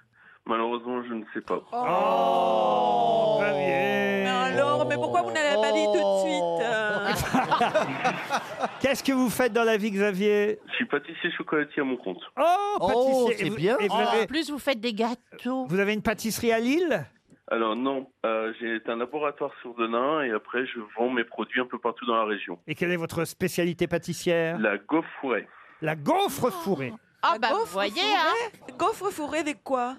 Malheureusement, je ne sais pas. Oh, Xavier Alors, mais pourquoi vous ne l'avez pas dit tout de suite euh Qu'est-ce que vous faites dans la vie, Xavier Je suis pâtissier chocolatier à mon compte. Oh, Oh, pâtissier. c'est Et vous- bien. et vous, Oh, avez, En plus, vous faites des gâteaux. vous avez une pâtisserie à Lille Alors non, euh, j'ai été un laboratoire sur Denain et après je vends mes produits un peu partout dans la région. Et quelle est votre spécialité pâtissière La gaufre fourrée. La gaufre fourrée. Ah, bah, vous gaufre voyez, hein. fourrée Gaufre fourrée de quoi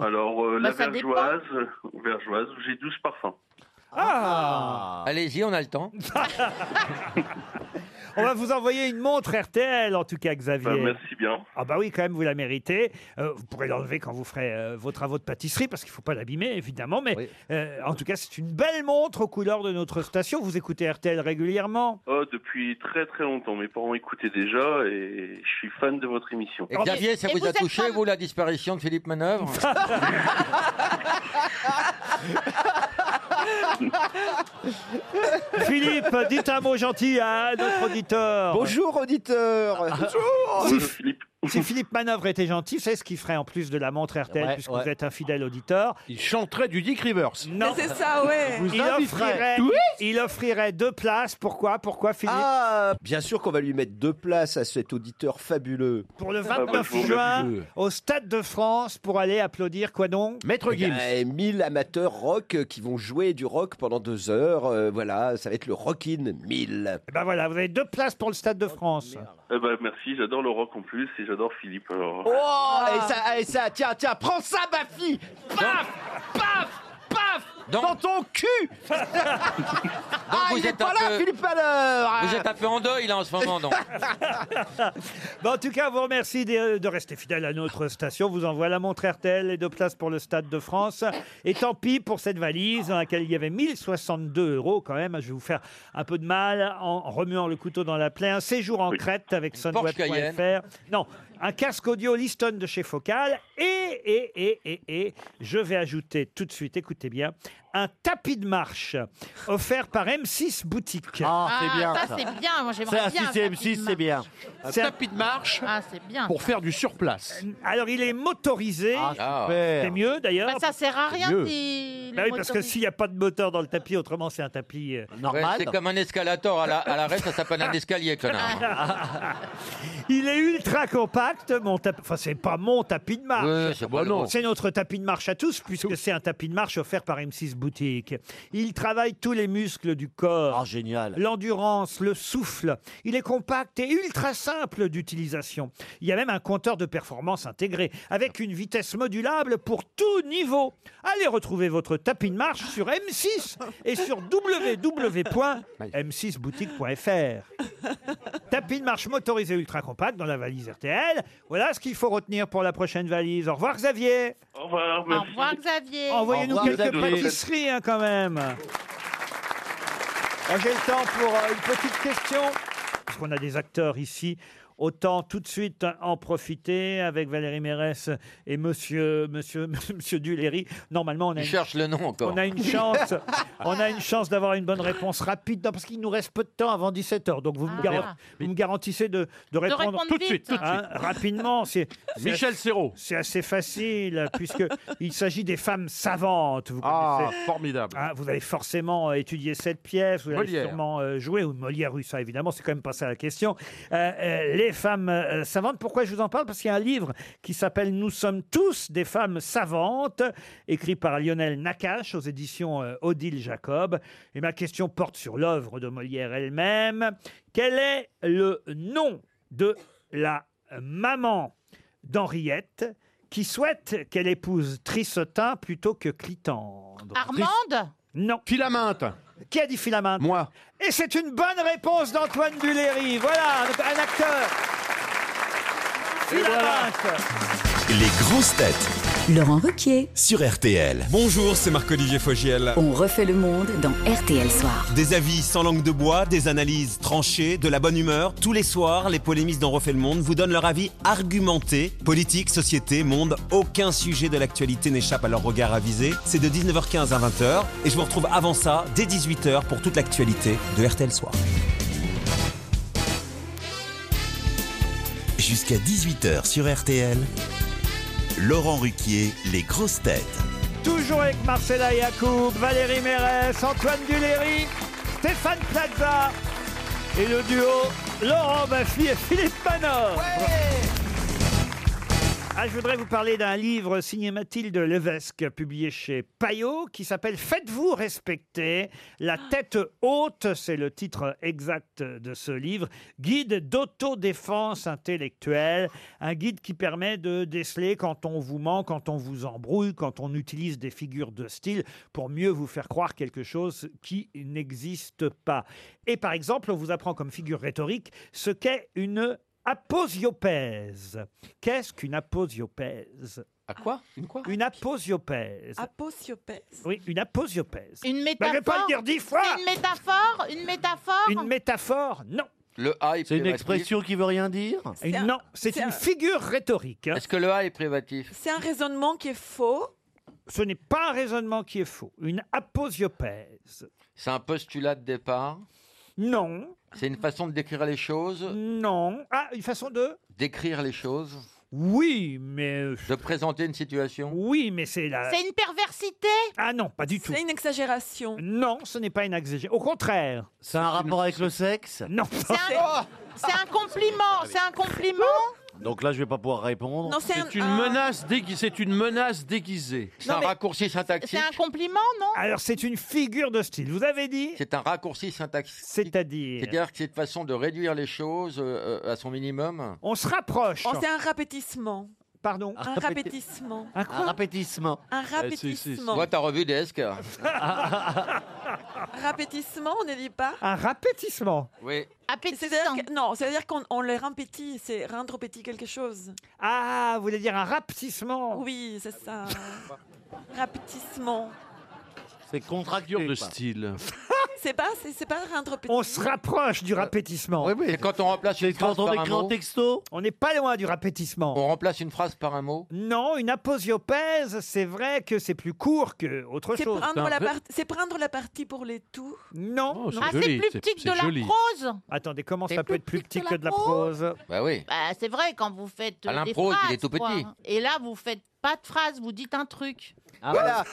Alors euh, Bah, la ça dépend. vergeoise, euh, vergeoise, j'ai 12 parfums. Ah Allez-y, on a le temps. On va vous envoyer une montre RTL, en tout cas, Xavier. Bah, merci bien. Ah bah oui, quand même, vous la méritez. Euh, vous pourrez l'enlever quand vous ferez euh, vos travaux de pâtisserie, parce qu'il ne faut pas l'abîmer, évidemment. Mais euh, en tout cas, c'est une belle montre aux couleurs de notre station. Vous écoutez RTL régulièrement. Oh, depuis très très longtemps, mes parents écoutaient déjà et je suis fan de votre émission. Et Xavier, ça vous, a touché, vous, la disparition de Philippe Manœuvre Philippe, dites un mot gentil à notre auditeur. Bonjour, auditeur. Si, si Philippe Manœuvre était gentil, c'est ce qu'il ferait en plus de la montre RTL, puisque vous êtes un fidèle auditeur. Il chanterait du Dick Rivers. Non. C'est ça, ouais. Il offrirait, Oui. il offrirait deux places. Pourquoi Pourquoi Philippe Ah, bien sûr qu'on va lui mettre deux places à cet auditeur fabuleux. Ah, bah, Pour Ah bah, le 29 juin, au Stade de France, pour aller applaudir quoi donc Maître Gims. 1000 eh, amateurs rock euh, qui vont jouer du rock pendant deux heures. euh, voilà, ça va être le Rockin' 1000. Eh ben voilà, vous avez deux places pour le Stade de France. Eh ben, merci, j'adore le rock en plus et j'adore Philippe. alors. Oh, et ça, et ça, tiens, tiens, prends ça, ma fille Paf Paf Paf Dans, ton cul Ah, vous il est êtes pas un là, peu- Philippe Malheur Vous êtes un peu en deuil là en ce moment, donc. Bon, en tout cas, vous remercie de, de rester fidèle à notre station. Vous envoie la montre RTL et deux places pour le Stade de France. Et tant pis pour cette valise dans laquelle il y avait 1062 euros quand même. Je vais vous faire un peu de mal en remuant le couteau dans la plaie. Un séjour en Crète avec Cayenne. sunweb.fr. Non, un casque audio Liston de chez Focal. Et, et, et, et, et, je vais ajouter tout de suite, écoutez bien, un tapis de marche offert par M6 Boutique. Ah, c'est bien, ça, ça. c'est bien. Moi, j'aimerais Ça, bien si un c'est tapis M6, de c'est marche. bien. Un tapis de marche Ah, c'est bien. faire du surplace. Euh, Alors, il est motorisé. Ah. super. C'est mieux d'ailleurs. Bah, ça sert à rien C'est mieux. s'il Bah oui, parce est que motorisé. s'il n'y a pas de moteur dans le tapis, autrement, c'est un tapis euh, Ouais, c'est comme un escalator à la, à la reste, ça s'appelle un escalier, connard. Il est ultra compact, mon tapis. Enfin, c'est pas mon tapis de marche. Ouais, c'est pas le bon. C'est notre tapis de marche à tous, puisque c'est un tapis de marche offert par M6 Boutique. Il travaille tous les muscles du corps. Ah, génial. L'endurance, le souffle. Il est compact et ultra simple d'utilisation. Il y a même un compteur de performance intégré, avec une vitesse modulable pour tout niveau. Allez retrouver votre tapis de marche sur M6 et sur www.m6boutique.fr. Tapis de marche motorisé ultra compact dans la valise RTL. Voilà ce qu'il faut retenir pour la prochaine valise. Au revoir Xavier. Au revoir, Au merci. revoir, Xavier. Envoyez-nous quelques pâtisseries. pâtisseries hein, quand même. Ah, J'ai le temps pour euh, une petite question. Parce qu'on a des acteurs ici. Autant tout de suite en profiter avec Valérie Mérès et Monsieur Monsieur Monsieur Duléry. Normalement, on a Il une- cherche le nom encore. on a une chance, on a une chance d'avoir une bonne réponse rapide, non, parce qu'il nous reste peu de temps avant 17 h Donc vous, me, Ah. garan- vous me garantissez de, de répondre, répondre Tout de vite. suite, tout de Hein, suite. rapidement. C'est c'est Michel assez- C'est assez facile puisque il s'agit des femmes savantes. Vous Ah, connaissez. formidable. Hein, vous avez forcément euh, étudié cette pièce, vous l'avez Molière. sûrement euh, joué, ou Molière, oui, ça évidemment, c'est quand même pas ça la question. Euh, euh, les femmes euh, savantes, pourquoi je vous en parle Parce qu'il y a un livre qui s'appelle Nous sommes tous des femmes savantes, écrit par Lionel Nakache aux éditions euh, Odile Jacob. Et ma question porte sur l'œuvre de Molière elle-même. Quel est le nom de la maman d'Henriette qui souhaite qu'elle épouse Trissotin plutôt que Clitandre Armande non. Filaminte. Qui a dit Filaminte Moi. Et c'est une bonne réponse d'Antoine Duléry. Voilà, un acteur. Filaminte. Les grosses têtes. Laurent Ruquier. Sur RTL. Bonjour, c'est Marc-Olivier Fogiel. On refait le monde dans RTL Soir. Des avis sans langue de bois, des analyses tranchées, de la bonne humeur. Tous les soirs, les polémistes d'En refait le monde vous donnent leur avis argumenté. Politique, société, monde, aucun sujet de l'actualité n'échappe à leur regard avisé. C'est de 19h15 à 20h. Et je vous retrouve avant ça, dès 18h, pour toute l'actualité de RTL Soir. Jusqu'à 18h sur RTL. Laurent Ruquier, les grosses têtes. Toujours avec Marcella Yacoub, Valérie Mérès, Antoine Duléry, Stéphane Plaza et le duo Laurent Baffy et Philippe Manor. Ah, je voudrais vous parler d'un livre signé Mathilde Levesque, publié chez Payot, qui s'appelle Faites-vous respecter. La tête haute, c'est le titre exact de ce livre. Guide d'autodéfense intellectuelle. Un guide qui permet de déceler quand on vous ment, quand on vous embrouille, quand on utilise des figures de style pour mieux vous faire croire quelque chose qui n'existe pas. Et par exemple, on vous apprend comme figure rhétorique ce qu'est une aposiopèse. Qu'est-ce qu'une aposiopèse À quoi Une quoi Une aposiopèse. Apociopèse. Oui, une aposiopèse. Une Bah, métaphore. je vais pas le dire dix fois Une métaphore Une métaphore Une métaphore, non. Le A est C'est une privatif. expression qui veut rien dire Et non, c'est une figure rhétorique. hein. Est-ce que le A est privatif C'est un raisonnement qui est faux. Ce n'est pas un raisonnement qui est faux. Une aposiopèse. C'est un postulat de départ Non. C'est une façon de décrire les choses Non. Ah, une façon de D'écrire les choses Oui, mais... euh, De présenter une situation Oui, mais c'est la... C'est une perversité Ah non, pas du tout. C'est une exagération. Non, ce n'est pas une exagération. Au contraire. C'est un rapport avec le sexe Non. C'est Oh. un, c'est un compliment C'est un compliment Donc là, je vais pas pouvoir répondre. Non, c'est C'est un- une, un- menace dégui- c'est une menace déguisée. C'est un raccourci C'est syntaxique un compliment, non Alors, c'est une figure de style, vous avez dit C'est un raccourci syntaxique C'est-à-dire C'est-à-dire que c'est une façon de réduire les choses euh, euh, à son minimum On se rapproche. Oh, c'est un répétissement. Pardon Un répétissement. Un quoi Un répétissement. Un Eh, répétissement. Toi, t'as revu Desk Répétissement, on ne dit pas Un répétissement. Oui. C'est-à-dire que- non, c'est-à-dire qu'on on les rend petits, c'est rendre petit quelque chose. Ah, vous voulez dire un rapetissement Oui, c'est ça. Rapetissement. C'est contracture de style. C'est pas, c'est c'est pas rendre petit. On se rapproche du répétissement. C'est quand on remplace une phrase par un mot texto On n'est pas loin du répétissement. On remplace une phrase par un mot Non, une aposiopèse, c'est vrai que c'est plus court que autre C'est chose. prendre, la part- c'est prendre la partie pour les tout. Oh, Non. Ah, c'est plus petit que de la prose Attendez, comment C'est ça peut plus être plus petit petit que que la de la prose Bah oui. Bah, c'est vrai, quand vous faites. À euh, des l'impro, il phrases, est tout quoi. petit. Et là, vous faites pas de phrase, vous dites un truc. Voilà.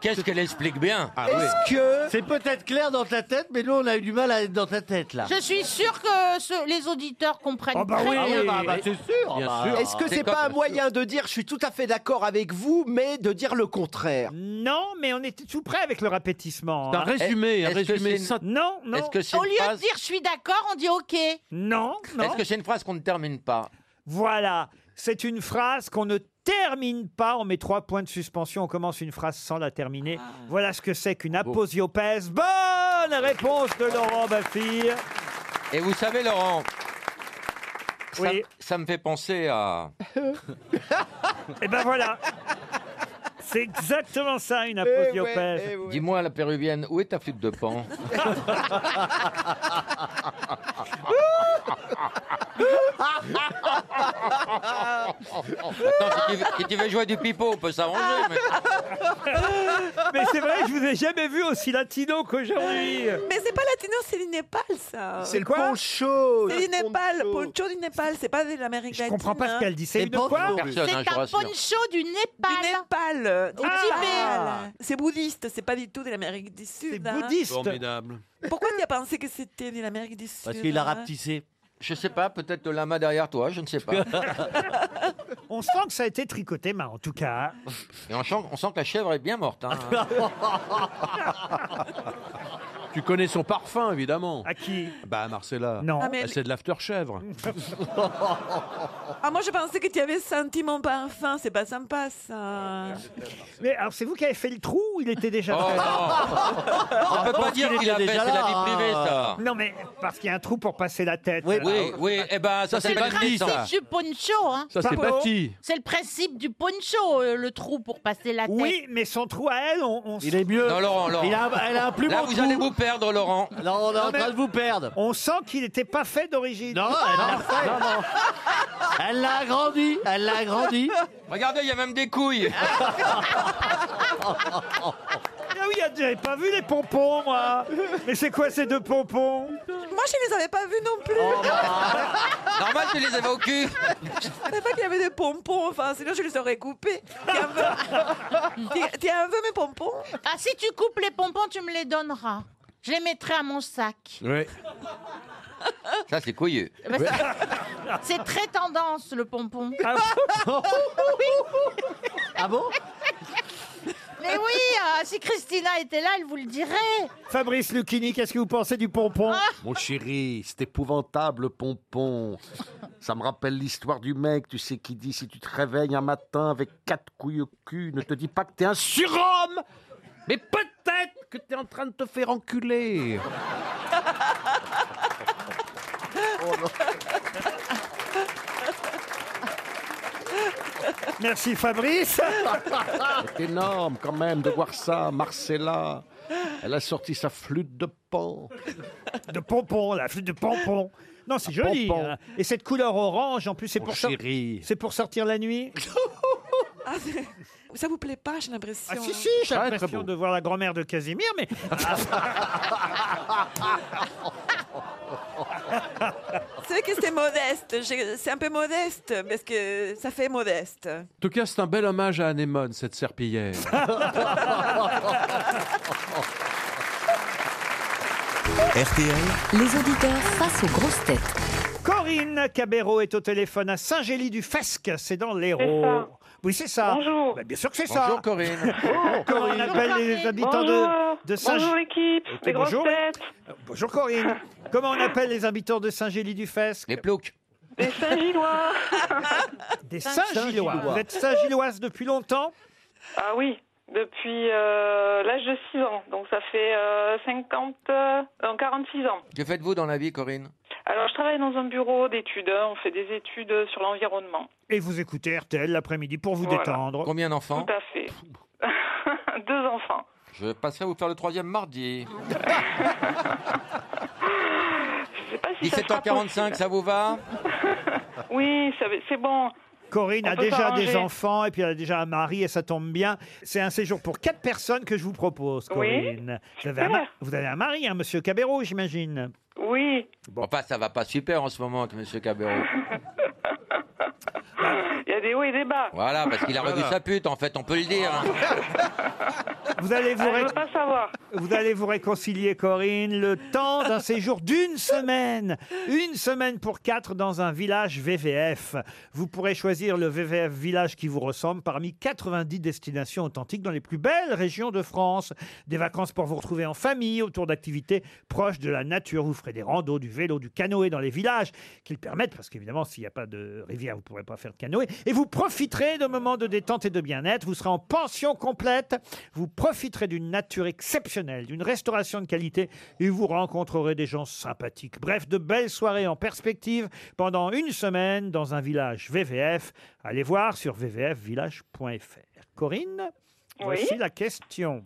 Qu'est-ce qu'elle explique bien Ah que c'est peut-être clair dans ta tête, mais nous on a eu du mal à être dans ta tête là. Je suis sûr que ce- les auditeurs comprennent Oh bah très oui, bien. ah bah, bah, c'est sûr, Bien bah, sûr. Est-ce que C'est c'est comme- pas un moyen de dire je suis tout à fait d'accord avec vous, mais de dire le contraire Non, mais on était tout près avec le répétissement. C'est un hein. résumé, un Est-ce que résumé c'est une- syn- Non, non. Est-ce que c'est une Au lieu de phrase- dire je suis d'accord, on dit ok. Non, non. Est-ce que c'est une phrase qu'on ne termine pas Voilà, c'est une phrase qu'on ne termine pas. On met trois points de suspension, on commence une phrase sans la terminer. Voilà ce que c'est qu'une aposiopèse. Bonne réponse de Laurent Baffy. Et vous savez, Laurent, ça, Oui. ça me fait penser à. Et ben voilà. C'est exactement ça, une aposiopèse. Dis-moi, la péruvienne, où est ta flûte de pan Attends, si, tu veux, si tu veux jouer du pipeau, on peut s'arranger. mais- Mais c'est vrai, je vous ai jamais vu aussi latino qu'aujourd'hui. Mais c'est pas latino, c'est du Népal, ça. C'est le Quoi poncho. C'est du Népal, poncho du Népal, c'est pas de l'Amérique latine. hein. Je comprends pas ce qu'elle dit. C'est Et une poncho, quoi personne, hein, C'est je vous un rassure. poncho du Népal. Du Népal. euh, du Ah. Népal. C'est bouddhiste, c'est pas du tout de l'Amérique du Sud. C'est Formidable. Pourquoi tu as pensé que c'était de l'Amérique du Sud hein euh, Je sais pas, peut-être le lama derrière toi, je ne sais pas. On sent que ça a été tricoté, mais en tout cas. hein. Et on sent, on sent que la chèvre est bien morte. Ah, hein. Tu connais son parfum, évidemment. À qui Bah, à Marcella. Non. Ah, Bah, mais elle- c'est de l'after chèvre. Ah, moi, je pensais que tu avais senti mon parfum. C'est pas sympa, ça. Mais alors, c'est vous qui avez fait le trou ou il était déjà Oh, fait non. On peut pas dire qu'il a fait, c'est la vie privée, ça. Non, mais parce qu'il y a un trou pour passer la tête. Oui, Alors, oui, oui, eh ben, ça, C'est s'appelle le principe du poncho. Hein. Ça, c'est Pardon bâti. C'est le principe du poncho, euh, le trou pour passer la tête. Oui, mais son trou à elle, on, on Il est mieux. Non, Laurent, Laurent. Ah Il a, bah, un- elle a un plus Là, beau vous trou. allez vous perdre, Laurent. Non, on est en mais- train de vous perdre. on sent qu'il n'était pas fait d'origine. Ah, Non, Oh, elle l'a refait. Elle l'a agrandi. Elle l'a agrandi. Regardez, il y a même des couilles. Ah oui, j'avais pas vu les pompons, moi. Mais c'est quoi ces deux pompons Moi, je les avais pas vus non plus. Oh, bah, Normal, tu les avais au cul. Je savais pas qu'il y avait des pompons. Enfin, sinon, je les aurais coupés. Tu en veux, Tu- tu en veux mes pompons Ah, si tu coupes les pompons, tu me les donneras. Je les mettrai à mon sac. Ouais. Ça, c'est couilleux. Eh Bah, ben, ça- C'est très tendance, le pompon. Ah Oui. Ah bon Mais oui, euh, si Christina était là, elle vous le dirait. Fabrice Lucchini, qu'est-ce que vous pensez du pompon Ah. Mon chéri, c'est épouvantable, le pompon. Ça me rappelle l'histoire du mec, tu sais, qui dit si tu te réveilles un matin avec quatre couilles au cul, ne te dis pas que t'es un surhomme, mais peut-être que t'es en train de te faire enculer. Merci Fabrice. C'est énorme quand même de voir ça, Marcella. Elle a sorti sa flûte de pan. De pompon, la flûte de pompon. Non, Ah, c'est joli. pompon. hein. Et cette couleur orange, en plus, Oh, c'est pour, sor- c'est pour sortir la nuit Ah, c'est- ça vous plaît pas, j'ai l'impression. Ah si, si, j'ai l'impression de voir la grand-mère de Casimir, mais... C'est que c'est modeste. j'ai- C'est un peu modeste parce que ça fait modeste. En tout cas, c'est un bel hommage à Anémone, cette serpillière. RTL. Les auditeurs face aux grosses têtes. Corinne Cabero est au téléphone à Saint-Gély-du-Fesque, c'est dans l'Hérault. ça. Oui, c'est ça. Bonjour. Bah, bien sûr que c'est ça. Bonjour, Corinne. Comment on appelle les habitants Bonjour. de, de Saint Bonjour, l'équipe, les grosses bonjour. têtes. Euh, Bonjour Corinne. Comment on appelle les habitants de Saint-Gély-du-Fesque Les ploucs. Les Saint-Gillois. Des Saint-Gillois. Vous êtes Saint-Gilloise depuis longtemps Ah oui, depuis euh, l'âge de 6 ans. Donc ça fait euh, 50, euh, non, 46 ans. Que faites-vous dans la vie, Corinne Alors je travaille dans un bureau d'études. hein. On fait des études sur l'environnement. Et vous écoutez RTL l'après-midi pour vous Voilà. détendre. Combien d'enfants Tout à fait. Deux enfants. Je passerai vous faire le troisième mardi. Je sais pas si ça sera 17h45, possible. ça vous va Oui, ça va- c'est bon. Corinne On a peut déjà des s'arranger. enfants et puis elle a déjà un mari et ça tombe bien. C'est un séjour pour quatre personnes que je vous propose, Oui, Corinne. vous, avez un, ma- super. vous avez un mari, un monsieur Cabero, j'imagine. Oui, Enfin, ça va pas super en ce moment avec M. Cabero. il y a des hauts et des bas. Voilà, parce qu'il a revu Voilà. sa pute, en fait, on peut le dire. Vous allez vous, Ah, je ré- veux pas savoir. vous allez vous réconcilier, Corinne, le temps d'un séjour d'une semaine. Une semaine pour quatre dans un village VVF. Vous pourrez choisir le VVF village qui vous ressemble parmi 90 destinations authentiques dans les plus belles régions de France. Des vacances pour vous retrouver en famille, autour d'activités proches de la nature. Vous ferez des randos, du vélo, du canoë dans les villages qu'ils permettent, parce qu'évidemment, s'il n'y a pas de rivière, vous ne pourrez pas faire de canoë. Et vous profiterez de moments de détente et de bien-être. Vous serez en pension complète. Vous profiterez d'une nature exceptionnelle, d'une restauration de qualité et vous rencontrerez des gens sympathiques. Bref, de belles soirées en perspective pendant une semaine dans un village VVF. Allez voir sur vvfvillage.fr. Corinne, Oui. voici la question.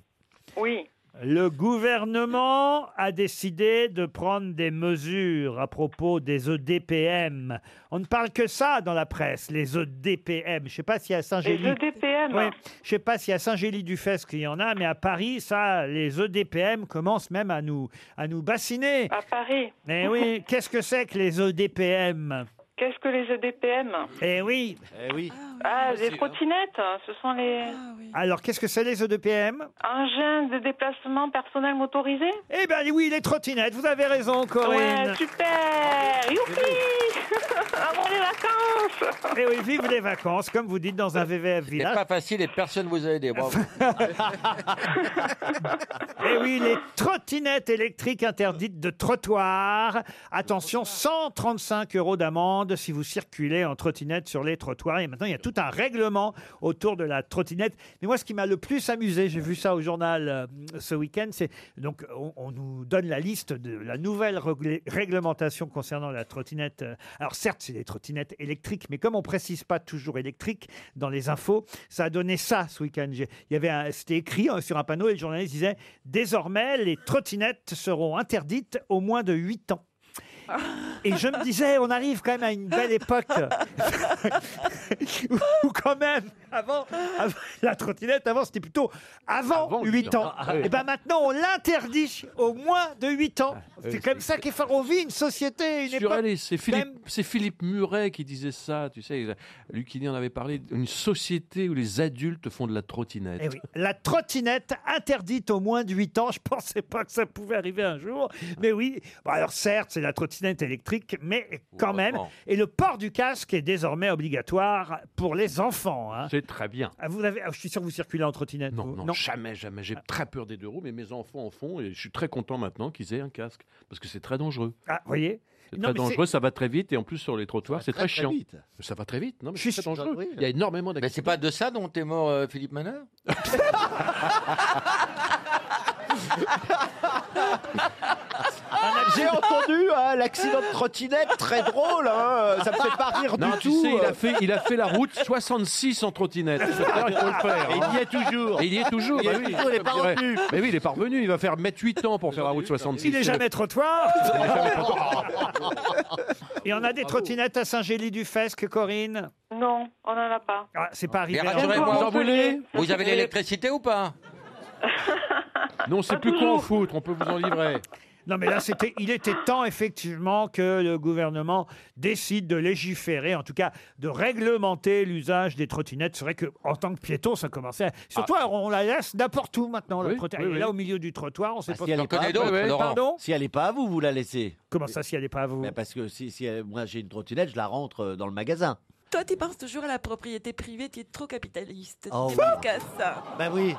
Oui. Le gouvernement a décidé de prendre des mesures à propos des E EDPM. On ne parle que ça dans la presse, les E EDPM. Je ne sais pas si à Saint-Gély. Les E EDPM. Ouais. Je sais pas si à Saint-Gély-du-Fès qu'il y en a, mais à Paris, ça, les E EDPM commencent même à nous, à nous bassiner. À Paris. Mais oui, qu'est-ce que c'est que les E EDPM Qu'est-ce que les E EDPM Eh oui. oui. Ah, des hein. trottinettes, ce sont les Alors, qu'est-ce que c'est les E EDPM engins de déplacement personnel motorisé Eh bien oui, les trottinettes, vous avez raison, Corinne. Ouais, super Youpi Avant les vacances Eh oui, vive les vacances, comme vous dites dans un VVF C'est village. pas facile et personne vous a aidé. bravo. Eh oui, les trottinettes électriques interdites de trottoir. Attention, 135 euros d'amende si vous circulez en trottinette sur les trottoirs. Et maintenant, il y a tout un règlement autour de la trottinette. Mais moi, ce qui m'a le plus amusé, j'ai vu ça au journal euh, ce week-end, c'est donc on, on nous donne la liste de la nouvelle reglé- réglementation concernant la trottinette. euh, Alors certes, c'est des trottinettes électriques, mais comme on précise pas toujours électrique dans les infos, ça a donné ça ce week-end. J'ai- Il y avait un- c'était écrit euh, sur un panneau et le journaliste disait désormais les trottinettes seront interdites au moins de 8 ans. Et je me disais, on arrive quand même à une belle époque où, où quand même, avant, avant- la trottinette, avant c'était plutôt avant, 8 ans. Ah, ah oui. Et ben maintenant, on l'interdit au moins de 8 ans. C'est comme ça qu'est on vit une société, une époque. Surréaliste. C'est Philippe, c'est Philippe Muret qui disait ça, tu sais. il a- Lucini en avait parlé. Une société où les adultes font de la trottinette. Eh oui, La trottinette interdite au moins de 8 ans. Je pensais pas que ça pouvait arriver un jour. Mais oui, Bon, alors certes, c'est la trottinette électrique, mais quand même. Et le port du casque est désormais obligatoire pour les enfants. hein. C'est très bien. Ah, Vous avez... ah, Je suis sûr que vous circulez en trottinette. vous. Non, jamais, jamais. J'ai très peur des deux roues, mais mes enfants en font et je suis très content maintenant qu'ils aient un casque parce que c'est très dangereux. Ah, vous voyez C'est Non, très mais dangereux, c'est- ça va très vite et en plus sur les trottoirs, c'est très, très chiant. vite. Ça va très vite, non mais c'est très dangereux. Il y a énormément d'accidents. Mais c'est pas de ça dont est mort euh, Philippe Manœuvre Ah, J'ai entendu hein, l'accident de trottinette, très drôle, hein, ça me fait pas rire Non, du tu tout. sais, il euh. a fait, il a fait la route 66 en trottinette. Je crois qu'il faut le faire. hein. Et il y est toujours. Et il y est toujours. Il y est bah oui, toujours, il est pas je dirais. revenu. Mais oui, il est pas revenu. Il va faire mettre 8 ans pour faire la route 66. Il n'est jamais trottoir. Il est jamais trottoir. Et on a des trottinettes à Saint-Gély-du-Fesque, Corinne Non, on n'en a pas. Ah, c'est pas arrivé. Mais hein. rassurez-moi, vous en voulez Vous avez l'électricité ou pas Non, c'est plus quoi en foutre. On peut vous en livrer. Non, mais là, c'était, il était temps, effectivement, que le gouvernement décide de légiférer, en tout cas, de réglementer l'usage des trottinettes. C'est vrai qu'en tant que piéton, ça commençait à... Surtout, Ah. alors, on la laisse n'importe où maintenant, la Oui, trottinette. oui, Elle est oui. là, au milieu du trottoir, on sait Ah, pas... si elle est pas à vous, Oui, oui, Laurent. Pardon Si elle n'est pas à vous, vous la laissez. Comment ça, si elle n'est pas à vous Parce que si, si elle- moi j'ai une trottinette, je la rentre euh, dans le magasin. Toi, tu penses toujours à la propriété privée, tu es trop capitaliste. Ah Oh tu oui. manques à ça. Bah Ben oui.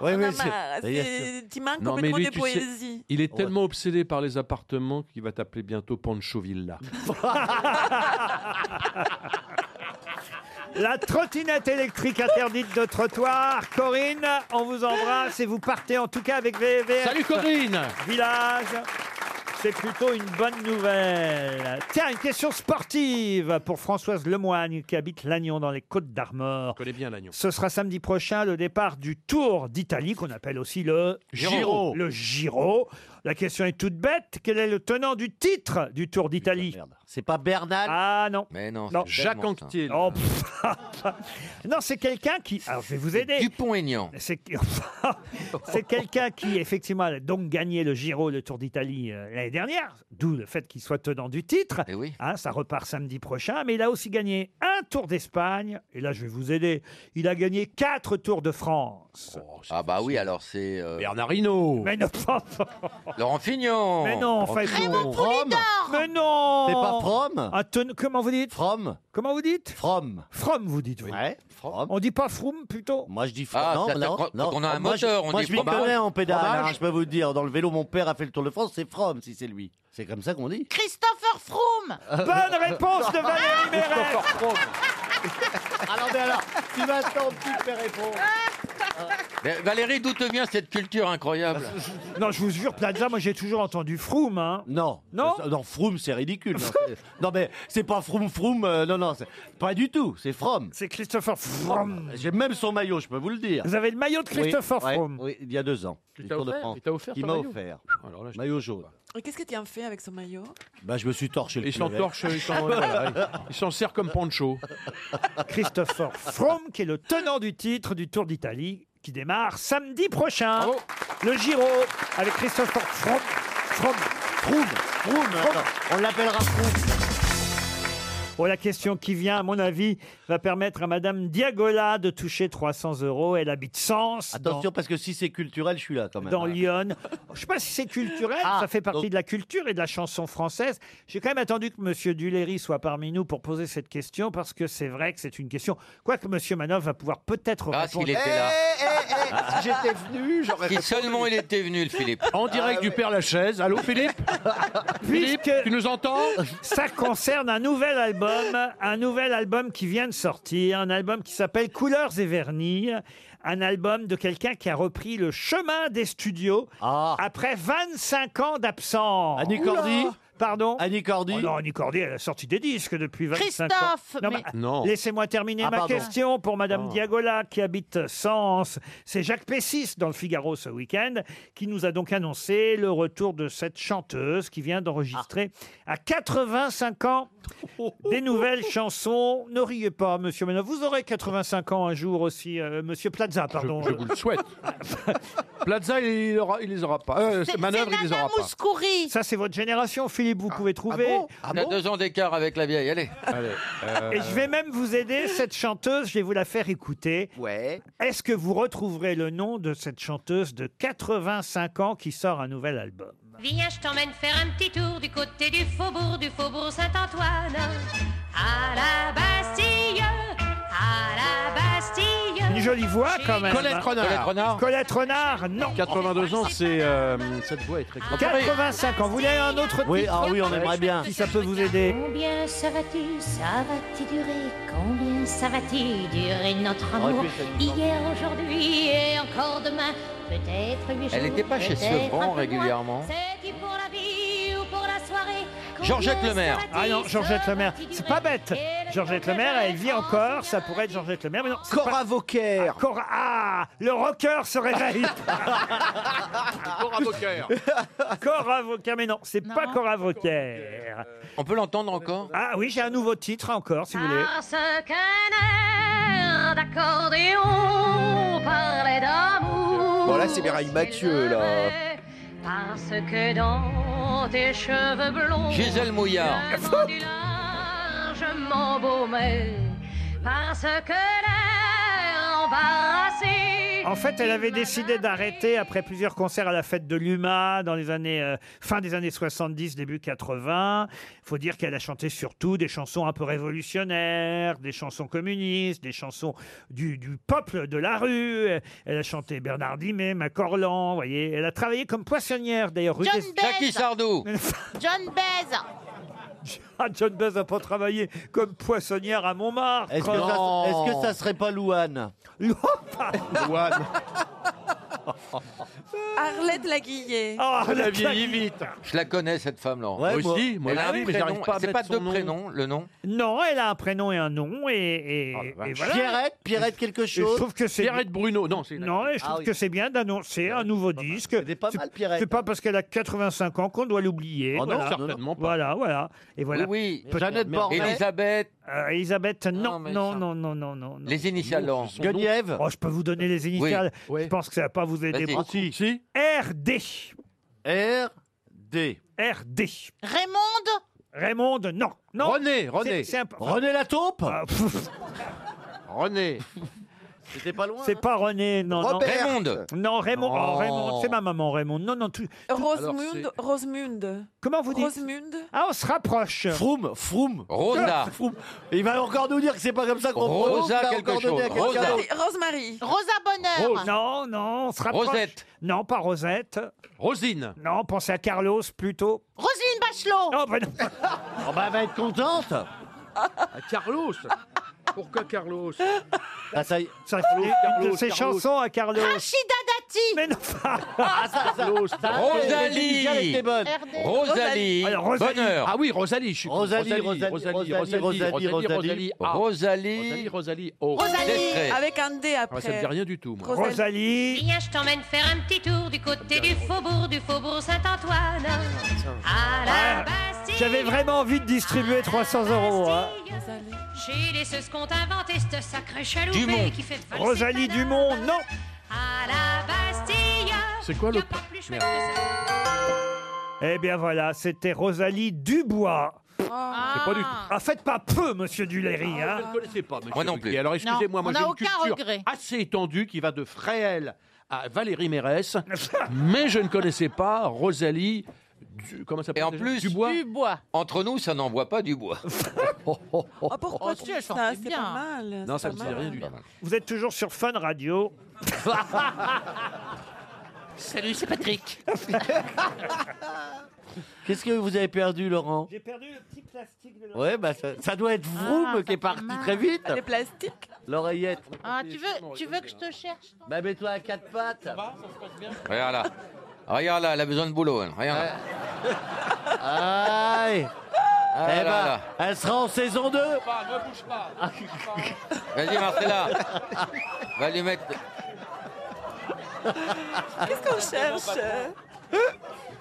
Oui, On oui, a Ah, c'est- marre. d'ailleurs, C'est- Tu manques Non, mais complètement lui, de tu sais, poésie. il est tellement obsédé par les appartements qu'il va t'appeler bientôt Pancho Villa. La trottinette électrique interdite de trottoir. Corinne, on vous embrasse et vous partez en tout cas avec VVF. Salut, Corinne Village. C'est plutôt une bonne nouvelle. Tiens, une question sportive pour Françoise Lemoigne qui habite Lannion dans les Côtes d'Armor. connais bien l'agneau. Ce sera samedi prochain le départ du Tour d'Italie qu'on appelle aussi le Giro. Le Giro. La question est toute bête. Quel est le tenant du titre du Tour d'Italie C'est pas Bernal Ah non. Mais non, Non. c'est Jacques Anquetil. Oh, pff, non, c'est quelqu'un qui. Alors, je vais vous aider. Dupont-Aignan. C'est c'est quelqu'un qui, effectivement, a donc gagné le Giro, le Tour d'Italie euh, l'année dernière, d'où le fait qu'il soit tenant du titre. Hein, ça repart samedi prochain, mais il a aussi gagné un Tour d'Espagne, et là, je vais vous aider. Il a gagné quatre Tours de France. Ah bah oui, alors c'est... Bernardino Mais non Laurent Fignon Mais non, en fait, non. Mais non C'est pas From Comment vous dites From. Comment vous dites From. From, vous dites, oui. On dit pas From, plutôt Moi je dis From. non, non, non. moi, je- moi, je m'y connais en pédale, hein, je peux vous le dire. Dans le vélo, mon père a fait le Tour de France, c'est From si c'est lui. C'est comme ça qu'on dit. Christopher Froome Bonne réponse de Valérie Mérès Alors, ben mais alors, tu m'attends, tu me fais répondre. Mais Valérie, d'où te vient cette culture incroyable Non, je vous jure, Plaza, moi j'ai toujours entendu Froome. Hein. Non. Non Euh, Non, Froome, c'est ridicule. Non, c'est- non, mais c'est pas Froome Froome, euh, non, non, c'est- pas du tout, c'est From. C'est Christopher Froome. J'ai même son maillot, je peux vous le dire. Vous avez le maillot de Oui, Christopher ouais, Froome Oui, il y a deux ans. Il Du t'a Tour de offert- France. il t'a offert Qui ton m'a maillot Ah, offert. Alors là, je- Maillot jaune. Et Qu'est-ce que tu en fais avec ce maillot Bah, je me suis torché le Il cul s'en avec. torche, il s'en- il s'en sert comme Pancho. Christopher Froome, qui est le tenant du titre du Tour d'Italie, qui démarre samedi prochain. Oh. Le Giro avec Christopher Froome. Froome. Froome. On l'appellera Froome. Oh, la question qui vient, à mon avis, va permettre à Madame Diagola de toucher 300 euros. Elle habite Sens. dans- Attention, parce que si c'est culturel, je suis là quand même. dans Lyon. Je sais pas si c'est culturel, Ah, ça fait partie de la culture et de la chanson française. J'ai quand même attendu que Monsieur Duléry soit parmi nous pour poser cette question parce que c'est vrai que c'est une question. Quoique Monsieur Manov va pouvoir peut-être répondre. s'il était là. Eh, Ah, Si j'étais venu, j'aurais Si seulement il était venu, le Philippe. En direct du Père Lachaise. Allô, Philippe Ah Puisque tu nous entends ça concerne un nouvel album, un nouvel album qui vient de sortir, un album qui s'appelle Couleurs et Vernis, un album de quelqu'un qui a repris Ah. le chemin des studios après 25 ans d'absence. Annie Cordy Oula Pardon Annie Cordy Oh Non, Annie Cordy, elle a sorti des disques depuis 25 Christophe, ans. Non, mais- mais- Non. Laissez-moi terminer Ah, ma pardon. question pour Madame Ah. Diagola qui habite Sens. C'est Jacques Pessis dans le Figaro ce week-end qui nous a donc annoncé le retour de cette chanteuse qui vient d'enregistrer à 85 ans des nouvelles chansons. Ne riez pas, Monsieur Ménard. Vous aurez 85 ans un jour aussi, euh, Monsieur Plaza, pardon. je vous le souhaite. Plaza, il, il aura- il les aura pas. Euh, manœuvre, il les aura pas. Ah. Ça, c'est votre génération, Philippe, vous pouvez trouver. Ah Il a deux ans d'écart avec la vieille, allez. euh, Et je vais même vous aider, cette chanteuse, je vais vous la faire écouter. Ouais. Est-ce que vous retrouverez le nom de cette chanteuse de 85 ans qui sort un nouvel album Viens, je t'emmène faire un petit tour du côté du faubourg, du faubourg Saint-Antoine. À la Bastille, à la Bastille. Une jolie voix quand même. Colette hein. Renard. Colette Renard. Colette Renard, non. 82 ans, c'est euh, cette voix est très grave. 85 ans. Vous voulez un autre titre Oui, ah oui, on aimerait bien. Si ça peut vous aider. Combien ça va-t-il, ça va-t-il durer Combien ça va-t-il durer notre Aurait amour pu être une Hier, aujourd'hui et encore demain, peut-être huit jours. Elle n'était pas chez peut-être Sevran un peu régulièrement moins. C'est-il pour la vie ou pour la soirée Georgette Lemaire. Ah non, Georgette Lemaire. C'est pas bête. Georgette Lemaire, elle vit encore. Ça pourrait être Georgette Lemaire. Mais non, Cora Vauquer. Ah, Cora... ah, le rocker se réveille. Cora Vauquer. Mais non, c'est pas Cora Vauquer. On peut l'entendre encore Ah oui, j'ai un nouveau titre encore, si vous voulez. Parce qu'un air d'accordéon parlait d'amour. Oh Bon, là, c'est Mireille Mathieu, là. Parce que dans tes cheveux blonds. Gisèle Mouillard. le vent du large m'embaumait. Parce que l'air embarrassé. En fait, elle avait décidé d'arrêter après plusieurs concerts à la fête de l'UMA dans les années euh, fin des années 70, début 80. Faut dire qu'elle a chanté surtout des chansons un peu révolutionnaires, des chansons communistes, des chansons du, du peuple de la rue. Elle a chanté Bernard Dimet, Macorlan, vous voyez. Elle a travaillé comme poissonnière d'ailleurs. rue John des- Baez. Jackie Sardou. John Baez. Ah, John Baez n'a pas travaillé comme poissonnière à Montmartre. Est-ce que, ça, est-ce que ça serait pas Louane Louane. Arlette Laguillet. Ah, Elle a vieilli vite. Je la connais, cette femme-là. Ouais, Moi moi- aussi, moi elle a aussi, un mais j'arrive prénom. pas à C'est pas mettre deux son nom. prénoms, le nom. Non, elle a un prénom et un nom et, et- et voilà. Oh, Pierrette, Pierrette quelque Et chose. Je trouve que c'est Pierrette Bruno, non, c'est Non, et je Ah trouve oui. que c'est bien d'annoncer un nouveau disque. C'est pas mal, Pierrette. C'est pas parce qu'elle a 85 ans qu'on doit l'oublier. Oh non, voilà. certainement pas. Voilà, voilà. Et voilà. Oui, oui. Peut- Jeannette Merde. Bornet. Elisabeth. Euh, Elisabeth, non, mais non, ça- non, non, non, non, Les initiales, Laurent. Oh, je peux vous donner les initiales. Je pense que ça va pas vous aider Vas-y. beaucoup. Si, RD. RD. RD. Raymonde Raymond, non. non. René, René. C'est- c'est un peu- Ah, René la taupe René. C'était pas hein loin. C'est pas Ah, René, non, non. Robert. Raymond. Non, Raymond, oh, Non. Raymond, c'est ma maman, Raymond. Non, non, tout. Rosemund, Rosemund. Comment vous dites Rosemund. Ah, on se rapproche. Froum, Froum. Rosa. Froum. Et Il va encore nous dire que c'est pas comme ça qu'on Rosa prononce, il va quelque encore chose. donner à quelqu'un Rosa. d'autre. Rosemary. Rosa Bonheur. Rose. Oh, Non, non, on se rapproche. Rosette. Non, pas Rosette. Rosine. Non, pensez à Carlos plutôt. Roselyne Bachelot. Non, bah non. Oh, bah, elle va être contente. Carlos. Pourquoi Carlos Ah, ça y est. Ça, Carlos, une de Carlos, ses Carlos. chansons à Carlos. Rachida Dati. Mais non. Ah, ça, ça, Carlos. ça, Rosalie. les initiales étaient bonnes. RD. Rosalie. Alors, Bonheur. Ah oui, Rosalie, je suis con. Rosalie, Rosalie, Rosalie, Rosalie, Rosalie. ah. Rosalie. Rosalie, Rosalie. Oh, Rosalie, Destré. Avec un D Ah, après. ça me dit rien du tout, moi. Rosalie. Viens, je t'emmène faire un petit tour du côté du faubourg, du faubourg Saint-Antoine. À Ah. la Bastille. J'avais vraiment envie de distribuer 300 euros. hein. Chez les ceux qu'on inventé ce sacré chaloupé Dumont. qui fait valser Rosalie Dumont, non. À la Bastille. C'est quoi le. Eh bien voilà, c'était Rosalie Dubois. C'est pas du tout. Ah, faites pas peu, monsieur Duléry. hein. Ah, Je ne connaissais pas, monsieur Moi non Ruquier. plus. Alors excusez-moi, Non, moi on j'ai n'a une aucun culture regret. assez étendue qui va de Fréhel à Valérie Mérès, mais je ne connaissais pas Rosalie. Du, comment ça s'appelle Et en déjà plus, Dubois. entre nous, ça n'envoie pas du bois. Ah, pourquoi Oh, tu si, dis elle ça chantait C'est bien. pas mal. Non, c'est ça pas me disait mal. hein. rien du tout. Vous êtes toujours sur Fun Radio. Salut, c'est Patrick. Qu'est-ce que vous avez perdu, Laurent J'ai perdu le petit plastique de Ouais, bah ça, ça doit être Vroom qui est parti très vite. Les plastiques. L'oreillette. Ah, tu veux, tu veux que je te cherche Bah mets-toi à quatre pattes. Regarde là. Regarde là, elle a besoin de boulot. elle. Regarde là. Aïe Ah Eh là ben, là. elle sera en saison 2 Ne bouge pas. Vas-y, Marcella. Va lui mettre. Qu'est-ce qu'on cherche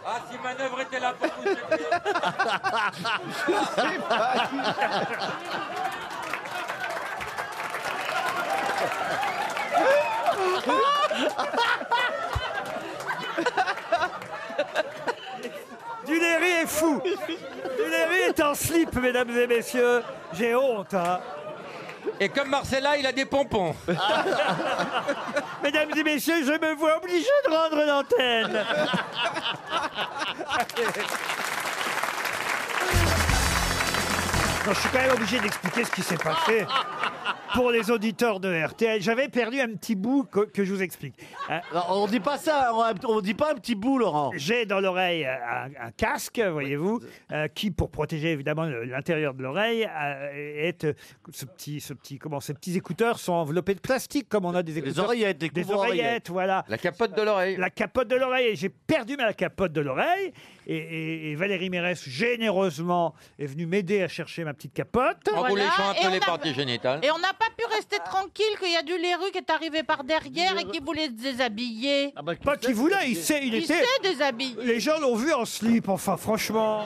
Ah, si manœuvre était là pour vous, Duléry est fou Duléry est en slip, mesdames et messieurs. J'ai honte, hein. Et comme Marcella, il a des pompons. Mesdames et messieurs, je me vois obligé de rendre l'antenne. Non, je suis quand même obligé d'expliquer ce qui s'est passé pour les auditeurs de RTL. J'avais perdu un petit bout que, que je vous explique. Euh, on dit pas ça, on, dit pas un petit bout, Laurent. J'ai dans l'oreille un, un casque, voyez-vous, euh, qui, pour protéger évidemment le- l'intérieur de l'oreille, euh, est euh, ce petit, ce petit, comment, ces petits écouteurs sont enveloppés de plastique, comme on a des écouteurs, oreillettes, les des couvre-oreillettes. oreillettes, voilà. La capote de l'oreille. La capote de l'oreille. Et J'ai perdu ma capote de l'oreille. Et, et- et Valérie Mérès, généreusement, est venue m'aider à chercher ma petite capote. En vous Voilà, léchant un peu et on les a- parties génitales. Et on n'a pas pu rester tranquille qu'il y a du Léru qui est arrivé par derrière et qui voulait se déshabiller. Pas Ah bah, qu'il voulait, il sait, il, Il était. s'est déshabillé. Les gens l'ont vu en slip, enfin, franchement.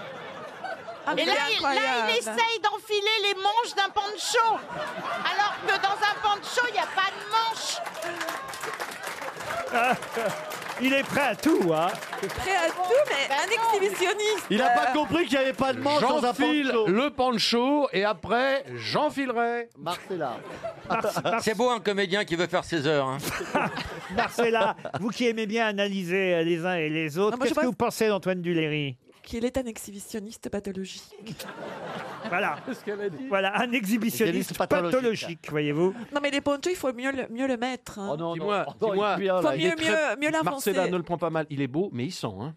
et là, il, là, il essaye d'enfiler les manches d'un pancho. Alors que dans un pancho, il n'y a pas de manches. il est prêt à tout, hein. Prêt à tout, mais un exhibitionniste. Il n'a pas compris qu'il n'y avait pas de manche dans un J'enfile pancho. le pancho et après, j'enfilerai. Marcella. C'est beau un comédien qui veut faire ses heures. hein. Marcella, vous qui aimez bien analyser euh, les uns et les autres, Non, moi, je qu'est-ce que pense- vous pensez d'Antoine Duléry Euh, Qu'il est un exhibitionniste pathologique. Voilà. Voilà, un exhibitionniste pathologique, voyez-vous. Non, mais les ponchos, il faut mieux le, mieux le mettre. hein. Dis-moi, Faut dis-moi. mieux, mieux, mieux l'avancer. Marcella, ne le prends pas mal. Il est beau, mais il sent. Hein.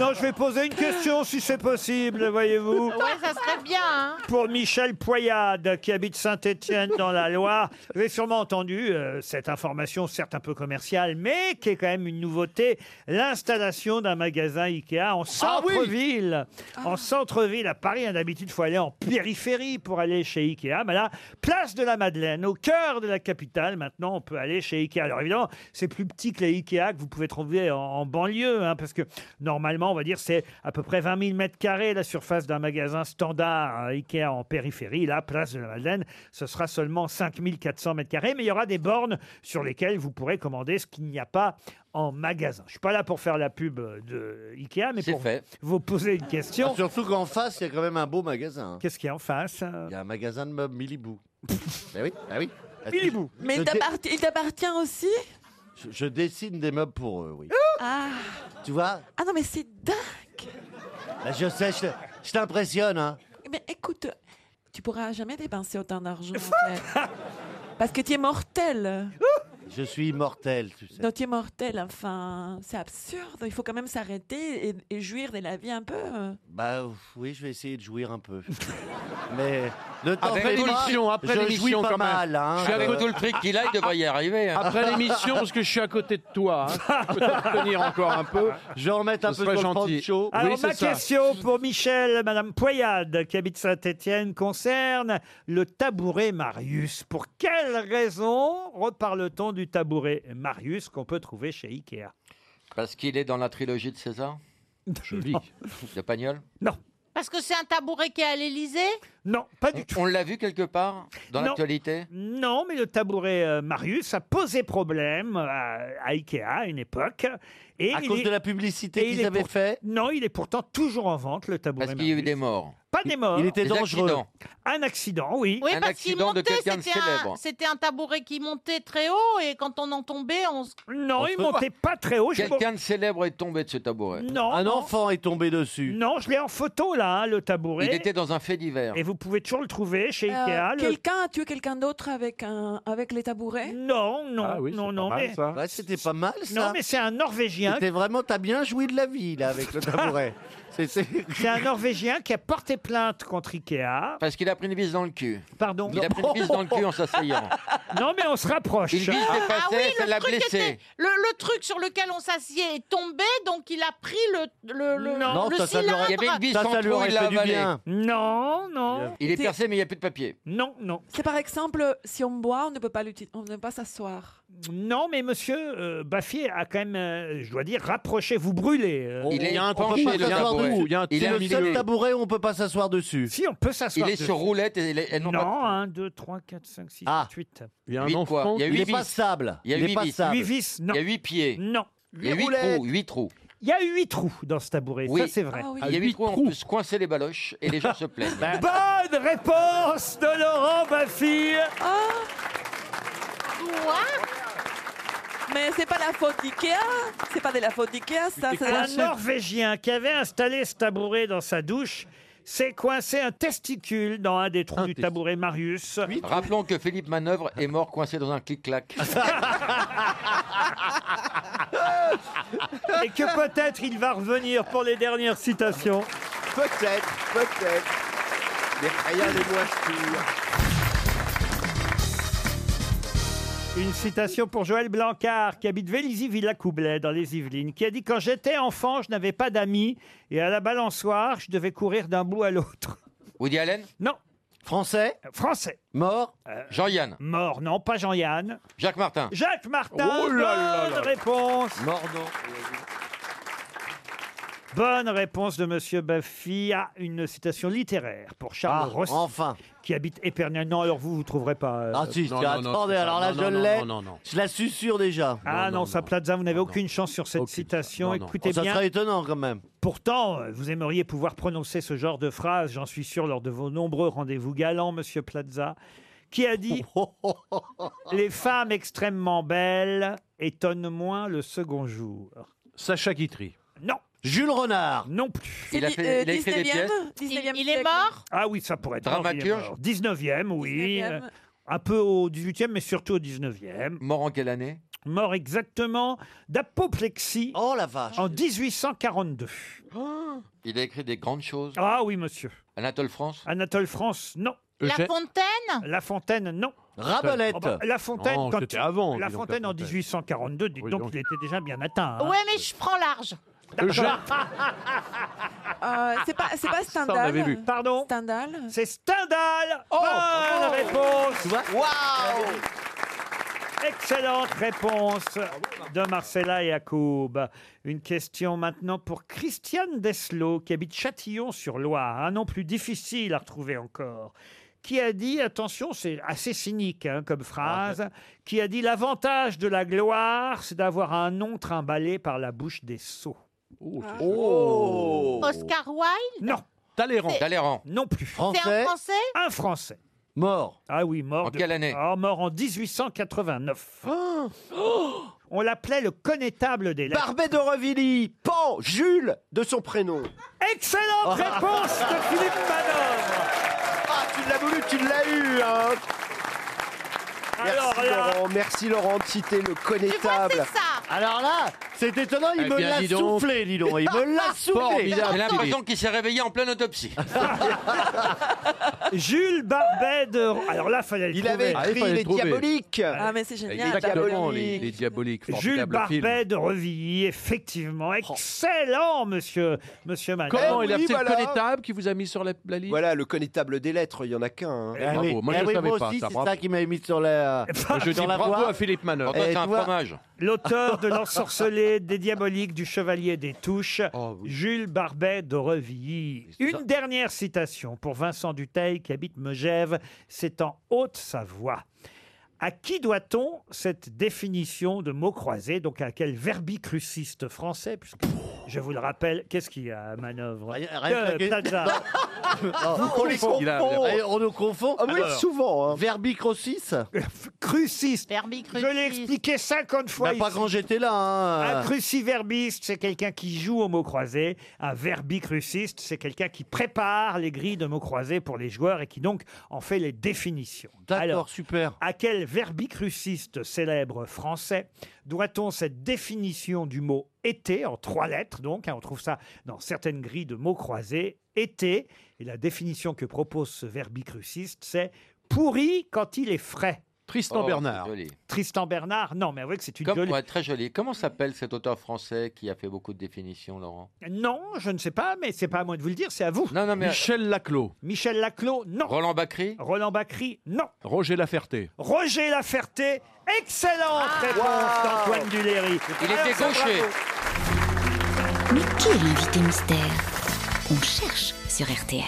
Non, je vais poser une question si c'est possible, voyez-vous. Ouais, ça serait bien. hein. Pour Michel Poyade, qui habite Saint-Étienne dans la Loire, vous avez sûrement entendu euh, cette information, certes un peu commerciale, mais qui est quand même une nouveauté, l'installation d'un magasin Ikea en centre-ville. En centre-ville à Paris, hein, d'habitude, il faut aller en périphérie pour aller chez Ikea. Mais là, place de la Madeleine, au cœur de la capitale, maintenant, on peut aller chez Ikea. Alors évidemment, c'est plus petit que les Ikea que vous pouvez trouver en, en banlieue, hein, parce que normalement, on va dire, c'est à peu près 20 000 mètres carrés la surface d'un magasin standard hein, Ikea en périphérie. Là, place de la Madeleine, ce sera seulement 5 400 mètres carrés, mais il y aura des bornes sur lesquelles vous pourrez commander ce qu'il n'y a pas en magasin. Je suis pas là pour faire la pub de Ikea, mais pour vous poser une question. Ah, surtout qu'en face, il y a quand même un beau magasin. hein. Qu'est-ce qu'il y a en face hein? Il y a un magasin de meubles Milibou. ben oui, ben oui. Milibou. Mais il t'apparti- il t'appartient aussi Je, je dessine des meubles pour eux, oui. ah. Tu vois Ah non, mais c'est dingue. Ben, Je sais, je, je t'impressionne. Hein. Mais écoute, tu pourras jamais dépenser autant d'argent, en fait. Parce que tu es mortel. Je suis immortel, tu sais. Non, tu es mortel, enfin, c'est absurde. Il faut quand même s'arrêter et, et jouir de la vie un peu. Bah ouf, oui, je vais essayer de jouir un peu. Mais ne t'en Après fais pas, l'émission, après je jouis l'émission pas quand même. mal, hein. Je suis avec Euh, tout le fric qu'il a, il devrait y arriver, hein. Après l'émission, parce que je suis à côté de toi. Hein. Je peux te tenir encore un peu. Je vais en mettre un Ce peu serait sur le gentil. pancho. Alors, Oui, c'est ma ça. question pour Michel, Madame Poyade, qui habite Saint-Étienne, concerne le tabouret Marius. Pour quelle raison reparle-t-on du tabouret Marius qu'on peut trouver chez Ikea Parce qu'il est dans la trilogie de César. Joli. De Pagnol Parce que c'est un tabouret qui est à l'Elysée Non, pas du tout. On l'a vu quelque part dans Non. l'actualité Non, mais le tabouret euh, Marius a posé problème à, à Ikea à une époque. Et À il cause est- de la publicité et il qu'ils est avaient pour- fait Non, il est pourtant toujours en vente, le tabouret Parce qu'il Marius. y a eu des morts. Pas des morts. il était Des dangereux. accidents. Un accident, oui. Oui, parce qu'il montait, quelqu'un de c'était un- célèbre. C'était un tabouret qui montait très haut et quand on en tombait, on se... Non, il montait pas très haut. Quelqu'un de célèbre est tombé de ce tabouret. Non, Un non. enfant est tombé dessus. Non, je l'ai en photo là, hein, le tabouret. Il était dans un fait divers. Et vous pouvez toujours le trouver chez Euh, Ikea. le- Quelqu'un a tué quelqu'un d'autre avec, un, avec les tabourets Non, non, Ah Ah non, non. mais... Ouais, c'était pas mal ça. Non, mais c'est un Norvégien. C'était vraiment, t'as bien joui de la vie là avec le tabouret. C'est- c'est- C'est un Norvégien qui a porté plainte contre Ikea. Parce qu'il a pris une vis dans le cul. Pardon Il a pris une vis dans le cul en s'asseyant. Non, mais on se rapproche. Ah, Une vis dépassée, ça l'a Ah truc blessé. était- le, le truc sur lequel on s'assied est tombé, donc il a pris le, le, le, Non, le ça, ça lui cylindre. aurait- il y avait une vis Ça, sans ça lui trou, aurait il l'a fait du avalé. bien. Non, non. Il est percé, mais il n'y a plus de papier. Non, non. C'est par exemple, si on boit, on ne peut pas l'utiliser, on ne peut pas s'asseoir. Non, mais monsieur euh, Baffier a quand même, euh, je dois dire, rapproché, vous brûlez. euh. Il est penché, le tabouret. C'est le seul tabouret où on peut pas s'asseoir dessus. Si, on peut s'asseoir Il est sur dessus. roulette et il est- elles n'ont pas de- Non, 1, 2, 3, 4, 5, 6, Ah. 7, 8. Il y a un Huit enfant. quoi Il y a huit vis. Il y a huit vis. Huit vis, non. Il y a 8 pieds. Non. Il y a 8 trous. 8 trous. Il y a 8 trous dans ce tabouret, Oui. ça c'est Ah vrai. Il y a 8 trous, on peut se coincer les baloches et les gens se plaignent. Ben. Bonne réponse de Laurent Baffy Ah! Mais c'est pas la faute d'Ikea, c'est pas de la faute d'Ikea, ça. c'est de la- Un Norvégien qui avait installé ce tabouret dans sa douche s'est coincé un testicule dans un des trous du tabouret Marius. Rappelons que Philippe Manœuvre est mort coincé dans un clic-clac. Et que peut-être il va revenir pour les dernières citations. Peut-être, peut-être. Mais rien n'est moins sûr. Une citation pour Joël Blancard, qui habite Vélizy Villacoublay dans les Yvelines, qui a dit Quand j'étais enfant, je n'avais pas d'amis, et à la balançoire, je devais courir d'un bout à l'autre. Woody Allen Non. Français Français. Euh, Mort Jean-Yann. Mort, non, pas Jean-Yann. Jacques Martin. Jacques Martin, Oh là là bonne là. réponse. Mort, non. Bonne réponse de Monsieur Buffy à une citation littéraire pour Charles Ah, Ross, enfin. qui habite Épernay. Non, alors vous, vous trouverez pas. euh, Ah si, c'est- attendez, alors là, je l'ai. Je la susurre déjà. Ah non, ça Plaza, vous n'avez aucune chance sur cette citation. non. Écoutez Oh, ça bien. serait étonnant quand même. Pourtant, euh, vous aimeriez pouvoir prononcer ce genre de phrase, j'en suis sûr, lors de vos nombreux rendez-vous galants, Monsieur Plaza, qui a dit Oh, Les femmes extrêmement belles étonnent moins le second jour. Sacha Guitry. Non. Jules Renard. Non plus. Il a C'est di- fait- euh, il a écrit des 19e? pièces Il, il est mort Ah oui, ça pourrait être. Dramaturge. mort, il est mort. 19e, oui. 19e. Euh, Un peu au 18e, mais surtout au 19e. Mort en quelle année Mort exactement d'apoplexie. Oh la vache En 1842. Il a écrit des grandes choses. Ah oui, monsieur. Anatole France Euh, Anatole France, non. La Fontaine La Fontaine, non. Rabelais. Oh, bah, La Fontaine, Non, quand c'était il- avant, La dis donc, La Fontaine en Fontaine. 1842, dites donc, il était déjà bien atteint. hein. Ouais, mais je prends large. D'accord. Euh, c'est pas, Ah, c'est pas Stendhal. Pardon Stendhal. C'est Stendhal. Oh, Bonne réponse. Excellente réponse de Marcella Yacoub. Une question maintenant pour Christiane Deslo, qui habite Châtillon-sur-Loire, un nom plus difficile à retrouver encore, qui a dit, attention, c'est assez cynique hein, comme phrase, qui a dit « L'avantage de la gloire, c'est d'avoir un nom trimballé par la bouche des sots. Ah. Oh. Oscar Wilde Non. Talleyrand. C'est- Talleyrand. Non plus. C'est un Français Un Français. Mort. Ah oui, mort. En de- quelle année Ah, Mort en 1889. Oh On l'appelait le connétable des lettres. Barbet de Revilly, Pan, Jules, de son prénom. Ah. Excellente réponse de Philippe Manœuvre. Ah, tu l'as voulu, tu l'as eu, hein. Alors merci là- Laurent, merci Laurent de citer le connétable. Alors là, c'est étonnant, il Eh me bien, l'a dis donc. soufflé, dis donc. Il me l'a soufflé. J'ai l'impression qu'il s'est réveillé en pleine autopsie. Jules Barbet de... Alors là, fallait le Il trouver. avait écrit fallait Les trouver. Diaboliques. Ah, mais c'est génial. Exactement, les, Diabolique. les diaboliques. Jules formidable Barbet film. de Revilly, effectivement. Oh. Excellent, monsieur, monsieur Eh Manœuvre. Comment il a fait le Eh voilà. connétable qui vous a mis sur la, la liste Voilà, le connétable des lettres, il y en a qu'un. hein. Eh oui, eh oui, moi aussi, c'est ça qui m'avait mis sur la, Moi, je sur dis la bravo voie. à Philippe Manœuvre. Eh, tu vois, L'auteur de L'ensorcelé, des Diaboliques, du Chevalier des Touches, Oh, Jules Barbet de Revilly. Une dernière citation pour Vincent Duteil qui habite Megève, c'est en Haute-Savoie. À qui doit-on cette définition de mot croisé Donc à quel verbicruciste français puisque Je vous le rappelle, qu'est-ce qu'il y a à manœuvre rien Euh, que- Plaza. Oh, Vous on les confond- confond. Eh, on nous confond. hein. Ah oui, souvent. Hein. Verbicrocis Cruciste. Verbicrucis. Je l'ai expliqué 50 fois. Bah, pas ici. quand j'étais là. hein. Un cruciverbiste, c'est quelqu'un qui joue aux mots croisés. Un verbicruciste, c'est quelqu'un qui prépare les grilles de mots croisés pour les joueurs et qui donc en fait les définitions. D'accord, Alors, super. à quel verbicruciste célèbre français doit-on cette définition du mot été en trois lettres, donc hein, on trouve ça dans certaines grilles de mots croisés, été. Et la définition que propose ce verbicruciste, c'est pourri quand il est frais. Tristan Oh, Bernard. c'est joli. Tristan Bernard, non, mais avouez que c'est une Comme, jolie. ouais, très joli. Comment s'appelle cet auteur français qui a fait beaucoup de définitions, Laurent Non, je ne sais pas, mais c'est pas à moi de vous le dire, c'est à vous. Non, non, mais- Michel Laclos. Michel Laclos, non. Roland Bacry Roland Bacry, non. Roger Laferté. Roger Laferté, excellente réponse d'Antoine Duléry. Il Alors, était ça, gaucher. bravo. Mais qui est l'invité mystère On cherche sur RTL.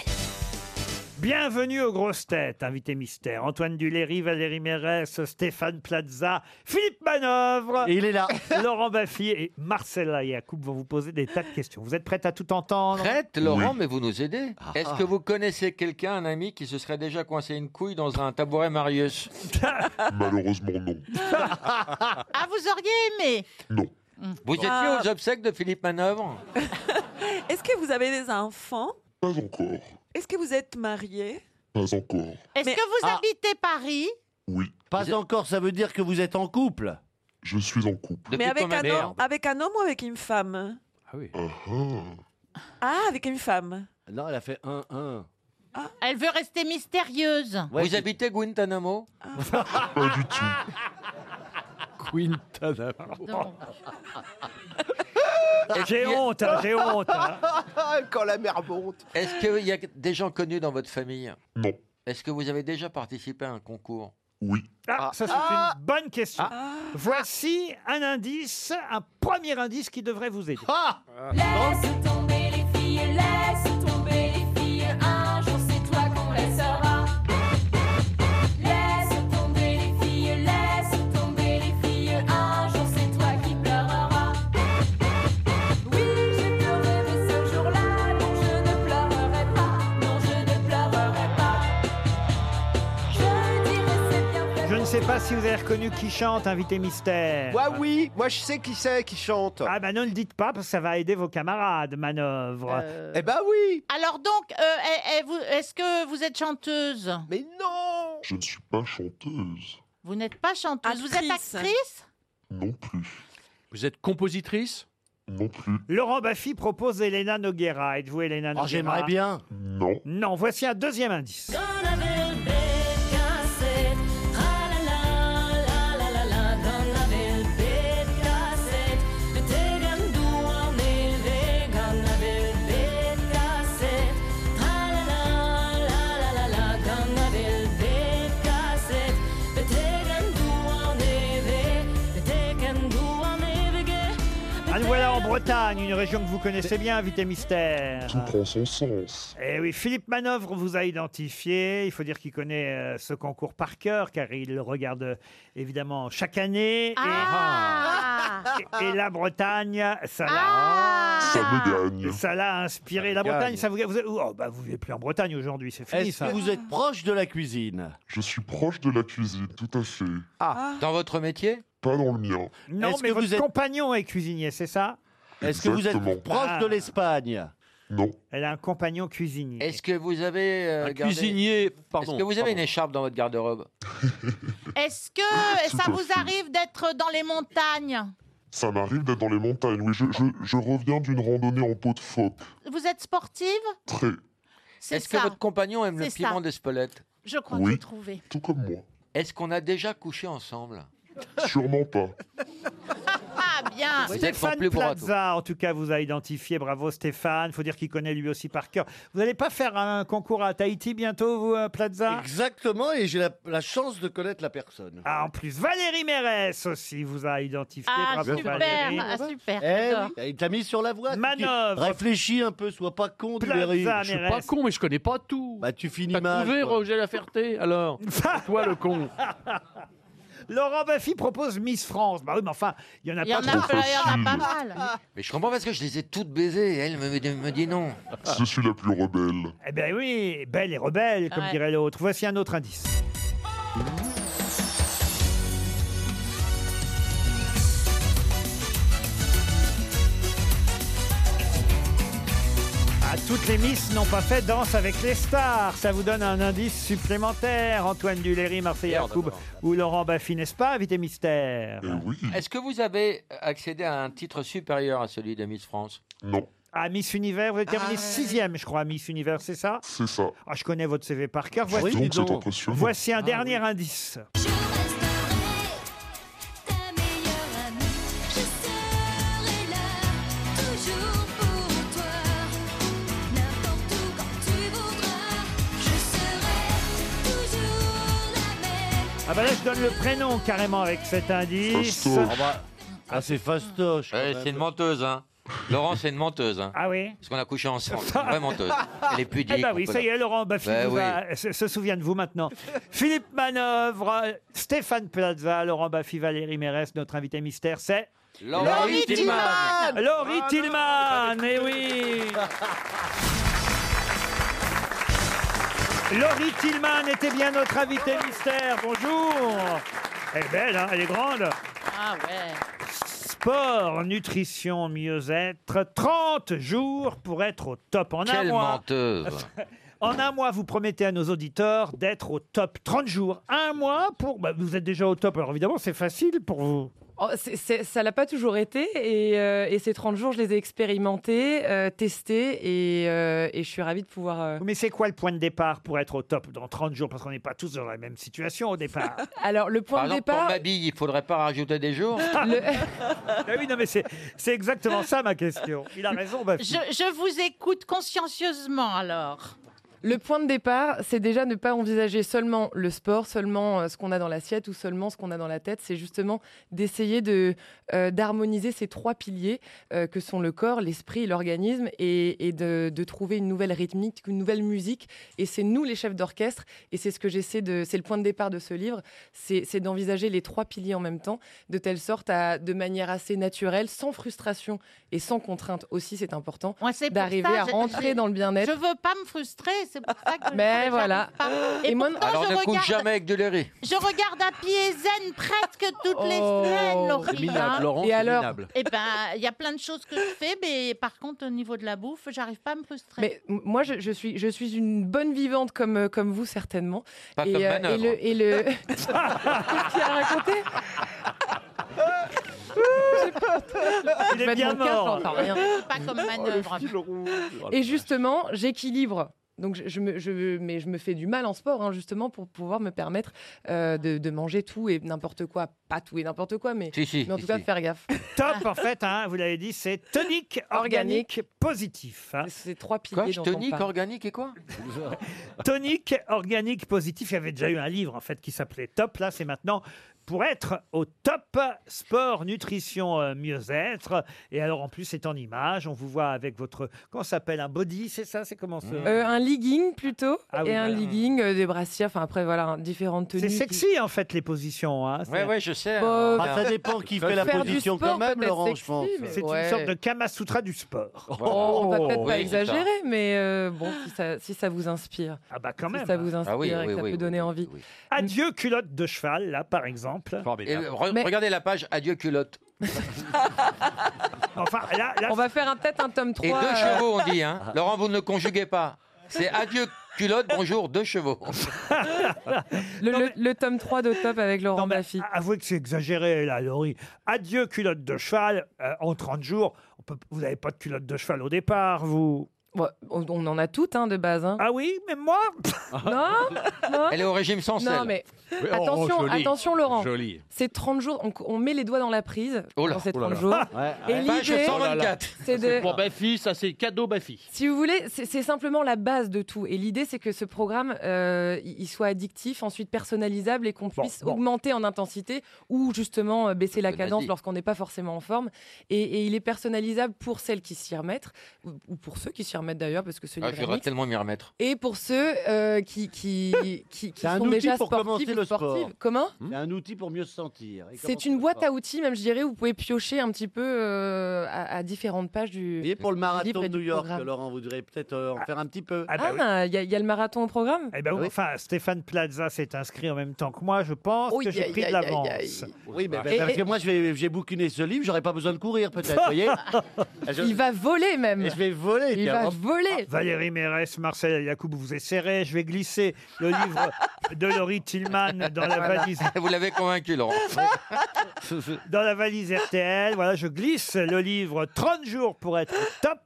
Bienvenue aux grosses têtes, invité mystère. Antoine Duléry, Valérie Mérès, Stéphane Plaza, Philippe Manœuvre. il est là. Laurent Baffy et Marcella Yacoub vont vous poser des tas de questions. Vous êtes prête à tout entendre Prête, Laurent, mais vous nous aidez. Est-ce ah. que vous connaissez quelqu'un, un ami, qui se serait déjà coincé une couille dans un tabouret Marius Malheureusement, non. Ah, vous auriez aimé Vous étiez Ah. aux obsèques de Philippe Manœuvre Est-ce que vous avez des enfants Pas encore. Est-ce que vous êtes Ah. marié Pas encore. Est-ce que vous habitez Paris Pas encore, ça veut dire que vous êtes en couple. Je suis en couple. Mais avec un, homme, avec un homme ou avec une femme Ah, Ah, avec une femme. Non, elle a fait 1-1. Ah. Elle veut rester mystérieuse. Vous habitez Guantanamo Guantanamo. J'ai honte, hein, j'ai honte. hein. Quand la mer monte. Eh, Est-ce qu'il y a des gens connus dans votre famille Non. Est-ce que vous avez déjà participé à un concours Ah. Oui. Ah, ça c'est une bonne question. Voici un indice, un premier indice qui devrait vous aider. Ah Laisse tomber les filles, laisse tomber les filles. Un jour c'est toi qu'on laissera. Laisse tomber les filles, laisse tomber les filles. Un jour c'est toi qui pleureras. Oui, j'ai pleuré, mais ce jour-là, non, je ne pleurerai pas. Non, je ne pleurerai pas. Je dirai c'est bien fait. Je ne sais pas si vous avez reconnu qui chante, invité mystère. Moi, Bah oui, moi je sais qui c'est qui chante. Ah bah ne le dites pas parce que ça va aider vos camarades, manœuvre. Eh ben oui Alors donc, euh, eh, eh, vous- est-ce que vous êtes chanteuse Mais non Je ne suis pas chanteuse. Vous n'êtes pas chanteuse, vous êtes Actrice. actrice Vous êtes compositrice Non plus. Laurent Baffy propose Elena Noguera. Êtes-vous Oh, Elena Noguera j'aimerais bien. Non. Non, voici un deuxième indice. Quand la belle bête cassette, tralala, la la la la, quand la belle bête cassette, le tégan doigt élevé, quand la belle bête cassette, tralala, la la la la, quand la belle bête cassette, le tégan doigt élevé, le tégan doigt élevé. Ah, nous voilà en Bretagne, une région que vous connaissez bien, invité mystère. Tout prend son sens. Eh oui, Philippe Manœuvre vous a identifié. Il faut dire qu'il connaît euh, ce concours par cœur, car il le regarde euh, évidemment chaque année. Et, ah et- et la Bretagne, ça l'a. Ça me gagne. Ça l'a inspiré. La gagne. Bretagne, ça vous. vous oh, bah, vous n'êtes plus en Bretagne aujourd'hui, c'est fini Est-ce ça. que vous êtes proche de la cuisine Je suis proche de la cuisine, tout à fait. Dans votre métier Pas dans le mien. Non, Est-ce mais que votre vous êtes- compagnon est cuisinier, c'est ça Est-ce que vous Exactement. êtes proche de Ah. l'Espagne Non. Elle a un compagnon cuisinier. Est-ce que vous avez. euh, Un gardé- cuisinier, pardon. Est-ce que vous avez pardon. une écharpe dans votre garde-robe Est-ce que ça Tout à vous fait. arrive d'être dans les montagnes Ça m'arrive d'être dans les montagnes. Oui, je, je- je reviens d'une randonnée en peau de phoque. Vous êtes sportive Très. C'est Est-ce que ça. votre compagnon aime le C'est piment ça. d'Espelette Je crois Oui. que j'ai trouvé. Tout comme moi. Est-ce qu'on a déjà couché ensemble Sûrement pas. Ah bien Vous êtes mon Stéphane plus beau râteau. Plaza, en tout cas, vous a identifié. Bravo Stéphane. faut dire qu'il connaît lui aussi par cœur. Vous n'allez pas faire un concours à Tahiti bientôt, vous, euh, Plaza Exactement, et j'ai la, la chance de connaître la personne. Ah, en plus, Valérie Mérès aussi vous a identifié. Ah Bravo super, Valérie. ah, super. Eh j'adore. oui, il t'a mis sur la voie. tu dis, Manœuvre. Réfléchis un peu, sois pas con, Plaza, Duléry. Je suis pas Mérès. con, mais je connais pas tout. Bah, tu finis T'as mal. trouvé quoi. Roger Laferté, alors Toi, le con. Laurent Baffy propose Miss France. Bah oui, mais enfin, il y en a Il y pas en a, trop. il y en a pas mal. Mais je comprends parce que je les ai toutes baisées. et Elle me, me dit non. Je suis la plus rebelle. Eh ben oui, belle et rebelle, comme Ouais. dirait l'autre. Voici un autre indice. Ah, Toutes les Miss n'ont pas fait Danse avec les stars. Ça vous donne un indice supplémentaire. Antoine Duléry, Marseille Merde, Yacoub d'abord. ou Laurent Baffy, n'est-ce pas, invité mystère Est-ce que vous avez accédé à un titre supérieur à celui de Miss France Non. À Ah, Miss Univers, vous êtes terminé sixième, je crois, à Miss Univers, c'est ça C'est ça. Ah, je connais votre CV par cœur. Dis Voici, donc, c'est impressionnant. voici un dernier indice. Toujours pour toi, n'importe où quand tu voudras, je serai toujours la même. Ah bah là, je donne le prénom carrément avec cet indice. Ah, c'est fastoche. c'est une menteuse, hein. Laurent, c'est une menteuse. Hein. Ah oui Parce qu'on a couché ensemble. C'est une vraie menteuse. Elle est pudique. Eh ben oui, on peut ça la- y est, Laurent Baffy Ben vous oui. a- se, se souvient de vous maintenant. Philippe Manœuvre, euh, Stéphane Plaza, Laurent Baffy, Valérie Mérès, notre invité mystère, c'est... Laurie Laurie Tillman. Ah, Tillman. Laurie Tillman, eh oui Laurie Tillman était bien notre invité mystère, bonjour Elle est belle, hein, elle est grande Ah ouais. Sport, nutrition, mieux-être, 30 jours pour être au top en un Quelle mois. menteuse. En un mois, vous promettez à nos auditeurs d'être au top 30 jours. Un mois pour... bah, vous êtes déjà au top, alors évidemment, c'est facile pour vous. Oh, c'est- c'est- ça l'a pas toujours été et, euh, et ces 30 jours, je les ai expérimentés, euh, testés et, euh, et je suis ravie de pouvoir... euh, Mais c'est quoi le point de départ pour être au top dans 30 jours Parce qu'on n'est pas tous dans la même situation au départ. Alors le point Par de exemple, départ... pour Mabille, il faudrait pas rajouter des jours Ah oui, non, mais c'est c'est exactement ça ma question. Il a raison, ma Je, fille. je vous écoute consciencieusement alors. Le point de départ, c'est déjà ne pas envisager seulement le sport, seulement euh, ce qu'on a dans l'assiette ou seulement ce qu'on a dans la tête. C'est justement d'essayer de euh, d'harmoniser ces trois piliers euh, que sont le corps, l'esprit et l'organisme et, et de, de trouver une nouvelle rythmique, une nouvelle musique. Et c'est nous les chefs d'orchestre et c'est ce que j'essaie de, c'est le point de départ de ce livre, c'est c'est d'envisager les trois piliers en même temps, de telle sorte à de manière assez naturelle, sans frustration et sans contrainte aussi, c'est important C'est pour d'arriver ça, à j'ai- rentrer j'ai- dans le bien-être. Je veux pas me frustrer, c'est pour ça que. Mais je- voilà. j'arrive pas. Et, pourtant, Alors je ne couche regarde, jamais avec du lait. Je regarde à Piézen presque toutes les semaines, Laurie. hein. Et alors Eh ben, il y a plein de choses que je fais, mais par contre, au niveau de la bouffe, j'arrive pas à me frustrer. Mais m- moi, je, je suis, je suis une bonne vivante comme, euh, comme vous, certainement. Pas comme euh, Manœuvre. hein. et le. Et le... Qu'est-ce qu'il a raconté J'ai pas- Il est Je vais bien être dans le casque, mort. j'entends rien. Oh, Pas comme Oh, manœuvre. Et justement, j'équilibre. Donc, je, je me, je, mais je me fais du mal en sport, hein, justement, pour pouvoir me permettre euh, de, de manger tout et n'importe quoi. Pas tout et n'importe quoi, mais, Si, si, mais en si, tout cas, si. faire gaffe. Top, en fait, hein, vous l'avez dit, c'est tonique, organique, Organique. positif. hein. C'est trois piliers. dont on parle. organique et quoi Tonique, organique, positif. Il y avait déjà eu un livre en fait qui s'appelait Top. Là, c'est maintenant pour être au top sport, nutrition, euh, mieux-être. Et alors en plus, c'est en image. On vous voit avec votre comment ça s'appelle un body, c'est ça C'est comment ce Euh, un legging plutôt Ah oui, et un voilà. legging, euh, des brassières. Enfin après voilà, hein, différentes tenues. C'est qui- sexy en fait les positions. Hein, Ouais, ouais, je sais. Bah, hein. Ah, ça dépend qui fait la Faire du position sport, quand même, peut-être Laurent, sexy, je pense. mais- C'est Ouais. une sorte de Kama Sutra du sport. Oh, on va peut-être pas Oui, exagérer, mais euh, bon, si ça, si ça vous inspire. Ah bah quand même. Si ça vous inspire Ah oui, et oui, que ça oui, peut oui, donner envie. Adieu culotte de cheval, là par exemple. Et re- Regardez la page Adieu culotte. enfin, là, On va faire un- peut-être un tome 3. Et deux euh, chevaux, on dit. Hein. Laurent, vous ne conjuguez pas. C'est Adieu culotte, bonjour, deux chevaux. Ah, Le, le- le tome 3 de Top avec Laurent Baffy. Avouez que c'est exagéré, là, Laurie. Adieu culotte de cheval euh, en 30 jours. on peut- vous n'avez pas de culotte de cheval au départ, vous Ouais, on, on en a toutes hein, de base. Ah oui, mais moi Non, non. Elle est au régime sans sel. Non, mais Oui, oh, attention, oh, joli. attention, Laurent. Joli. C'est 30 jours, on, on met les doigts dans la prise Oh là, dans ces oh là 30 là. jours. Ouais, Et Eh ben, ouais. l'idée, Page 124. c'est de... Pour Bafi, ça c'est cadeau Bafi. Si vous voulez, c'est c'est simplement la base de tout. Et l'idée, c'est que ce programme, euh, il il soit addictif, ensuite personnalisable et qu'on puisse bon. augmenter en intensité ou justement euh, baisser la Le nazi. cadence lorsqu'on n'est pas forcément en forme. Et, et il est personnalisable pour celles qui s'y remettent, ou, ou pour ceux qui s'y remettent d'ailleurs, parce que ce Ah, livre je est voudrais mixte. tellement m'y remettre. Et pour ceux euh, qui, qui, qui, qui C'est un sont outil déjà pour sportifs commencer ou le sport. sportives. Comment C'est un outil pour mieux se sentir. Et comment C'est une ça se boîte passe à outils, même je dirais, où vous pouvez piocher un petit peu euh, à, à différentes pages du. Et pour le du marathon livre de et du New York, programme. Laurent, vous devriez peut-être euh, en faire un petit peu. Ah, il y, a- il y a le marathon au programme bah Eh ben, Ah oui, Enfin, Stéphane Plaza s'est inscrit en même temps que moi, je pense que j'ai pris de l'avance. Oui, mais Et- Bah, parce ben, et- que moi, je vais- j'ai bouquiné ce livre, j'aurais pas besoin de courir peut-être, vous voyez Il va voler même. Et Ah, Eh, je vais voler. Il tiens, va vraiment, volé. Ah, Valérie Mérès, Marcel Yacoub, vous est serré. Je vais glisser le livre de Laurie Tillman dans Ah, la bah, Voilà. valise. Vous l'avez convaincu, Laurent. dans la valise RTL. Voilà, je glisse le livre 30 jours pour être au top.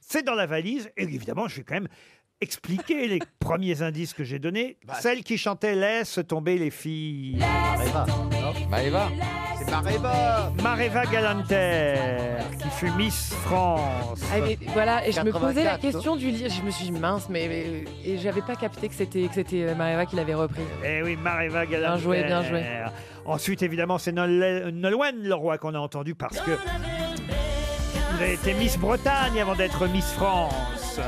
C'est dans la valise. Et évidemment, je vais quand même expliquer les premiers indices que j'ai donnés. Celle qui chantait Laisse tomber les filles. Bah, Maeva. C'est Mareva. Mareva Galanter, qui fut Miss France. Ah, mais voilà, et je me posais la hein. question du livre. Je me suis dit, mince, mais, mais- et j'avais pas capté que c'était que c'était euh, Mariva qui l'avait repris. Eh oui, Mareva Bien Galanter. joué, bien joué. Ensuite, évidemment, c'est Nol- Nolwenn Leroy qu'on a entendu parce que vous avez été Miss Bretagne avant d'être Miss France.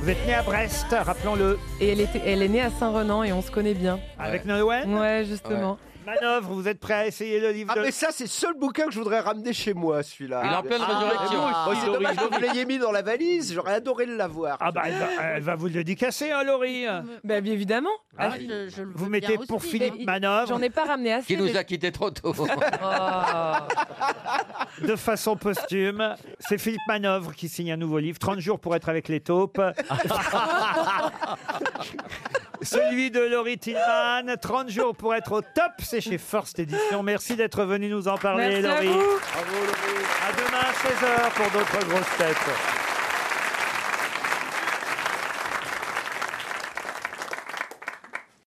Vous êtes née à Brest, rappelons-le. Et elle, était, elle est née à Saint-Renan et on se connaît bien. Avec Nolwenn Ouais, justement. Manœuvre, vous êtes prêt à essayer le livre Ah, mais ça, c'est le seul bouquin que je voudrais ramener chez moi, celui-là. Il est en pleine Ah, résurrection. mais bon, c'est dommage que vous Laurie. l'ayez mis dans la valise, j'aurais adoré l'avoir. Ah, bah, elle va, elle va vous le décasser, hein, Laurie Bah, bien évidemment. Ah, Ah, je- je le vous veux mettez bien pour aussi, Philippe mais- Manœuvre. J'en ai pas ramené assez. Oh. Qui nous des- a quittés trop tôt. Oh. de façon posthume. C'est Philippe Manœuvre qui signe un nouveau livre, 30 jours pour être avec les taupes. Celui de Laurie Tillman, 30 jours pour être au top, c'est chez First Edition. Merci d'être venu nous en parler, Merci à Laurie. vous. À demain, 16h, pour d'autres grosses têtes.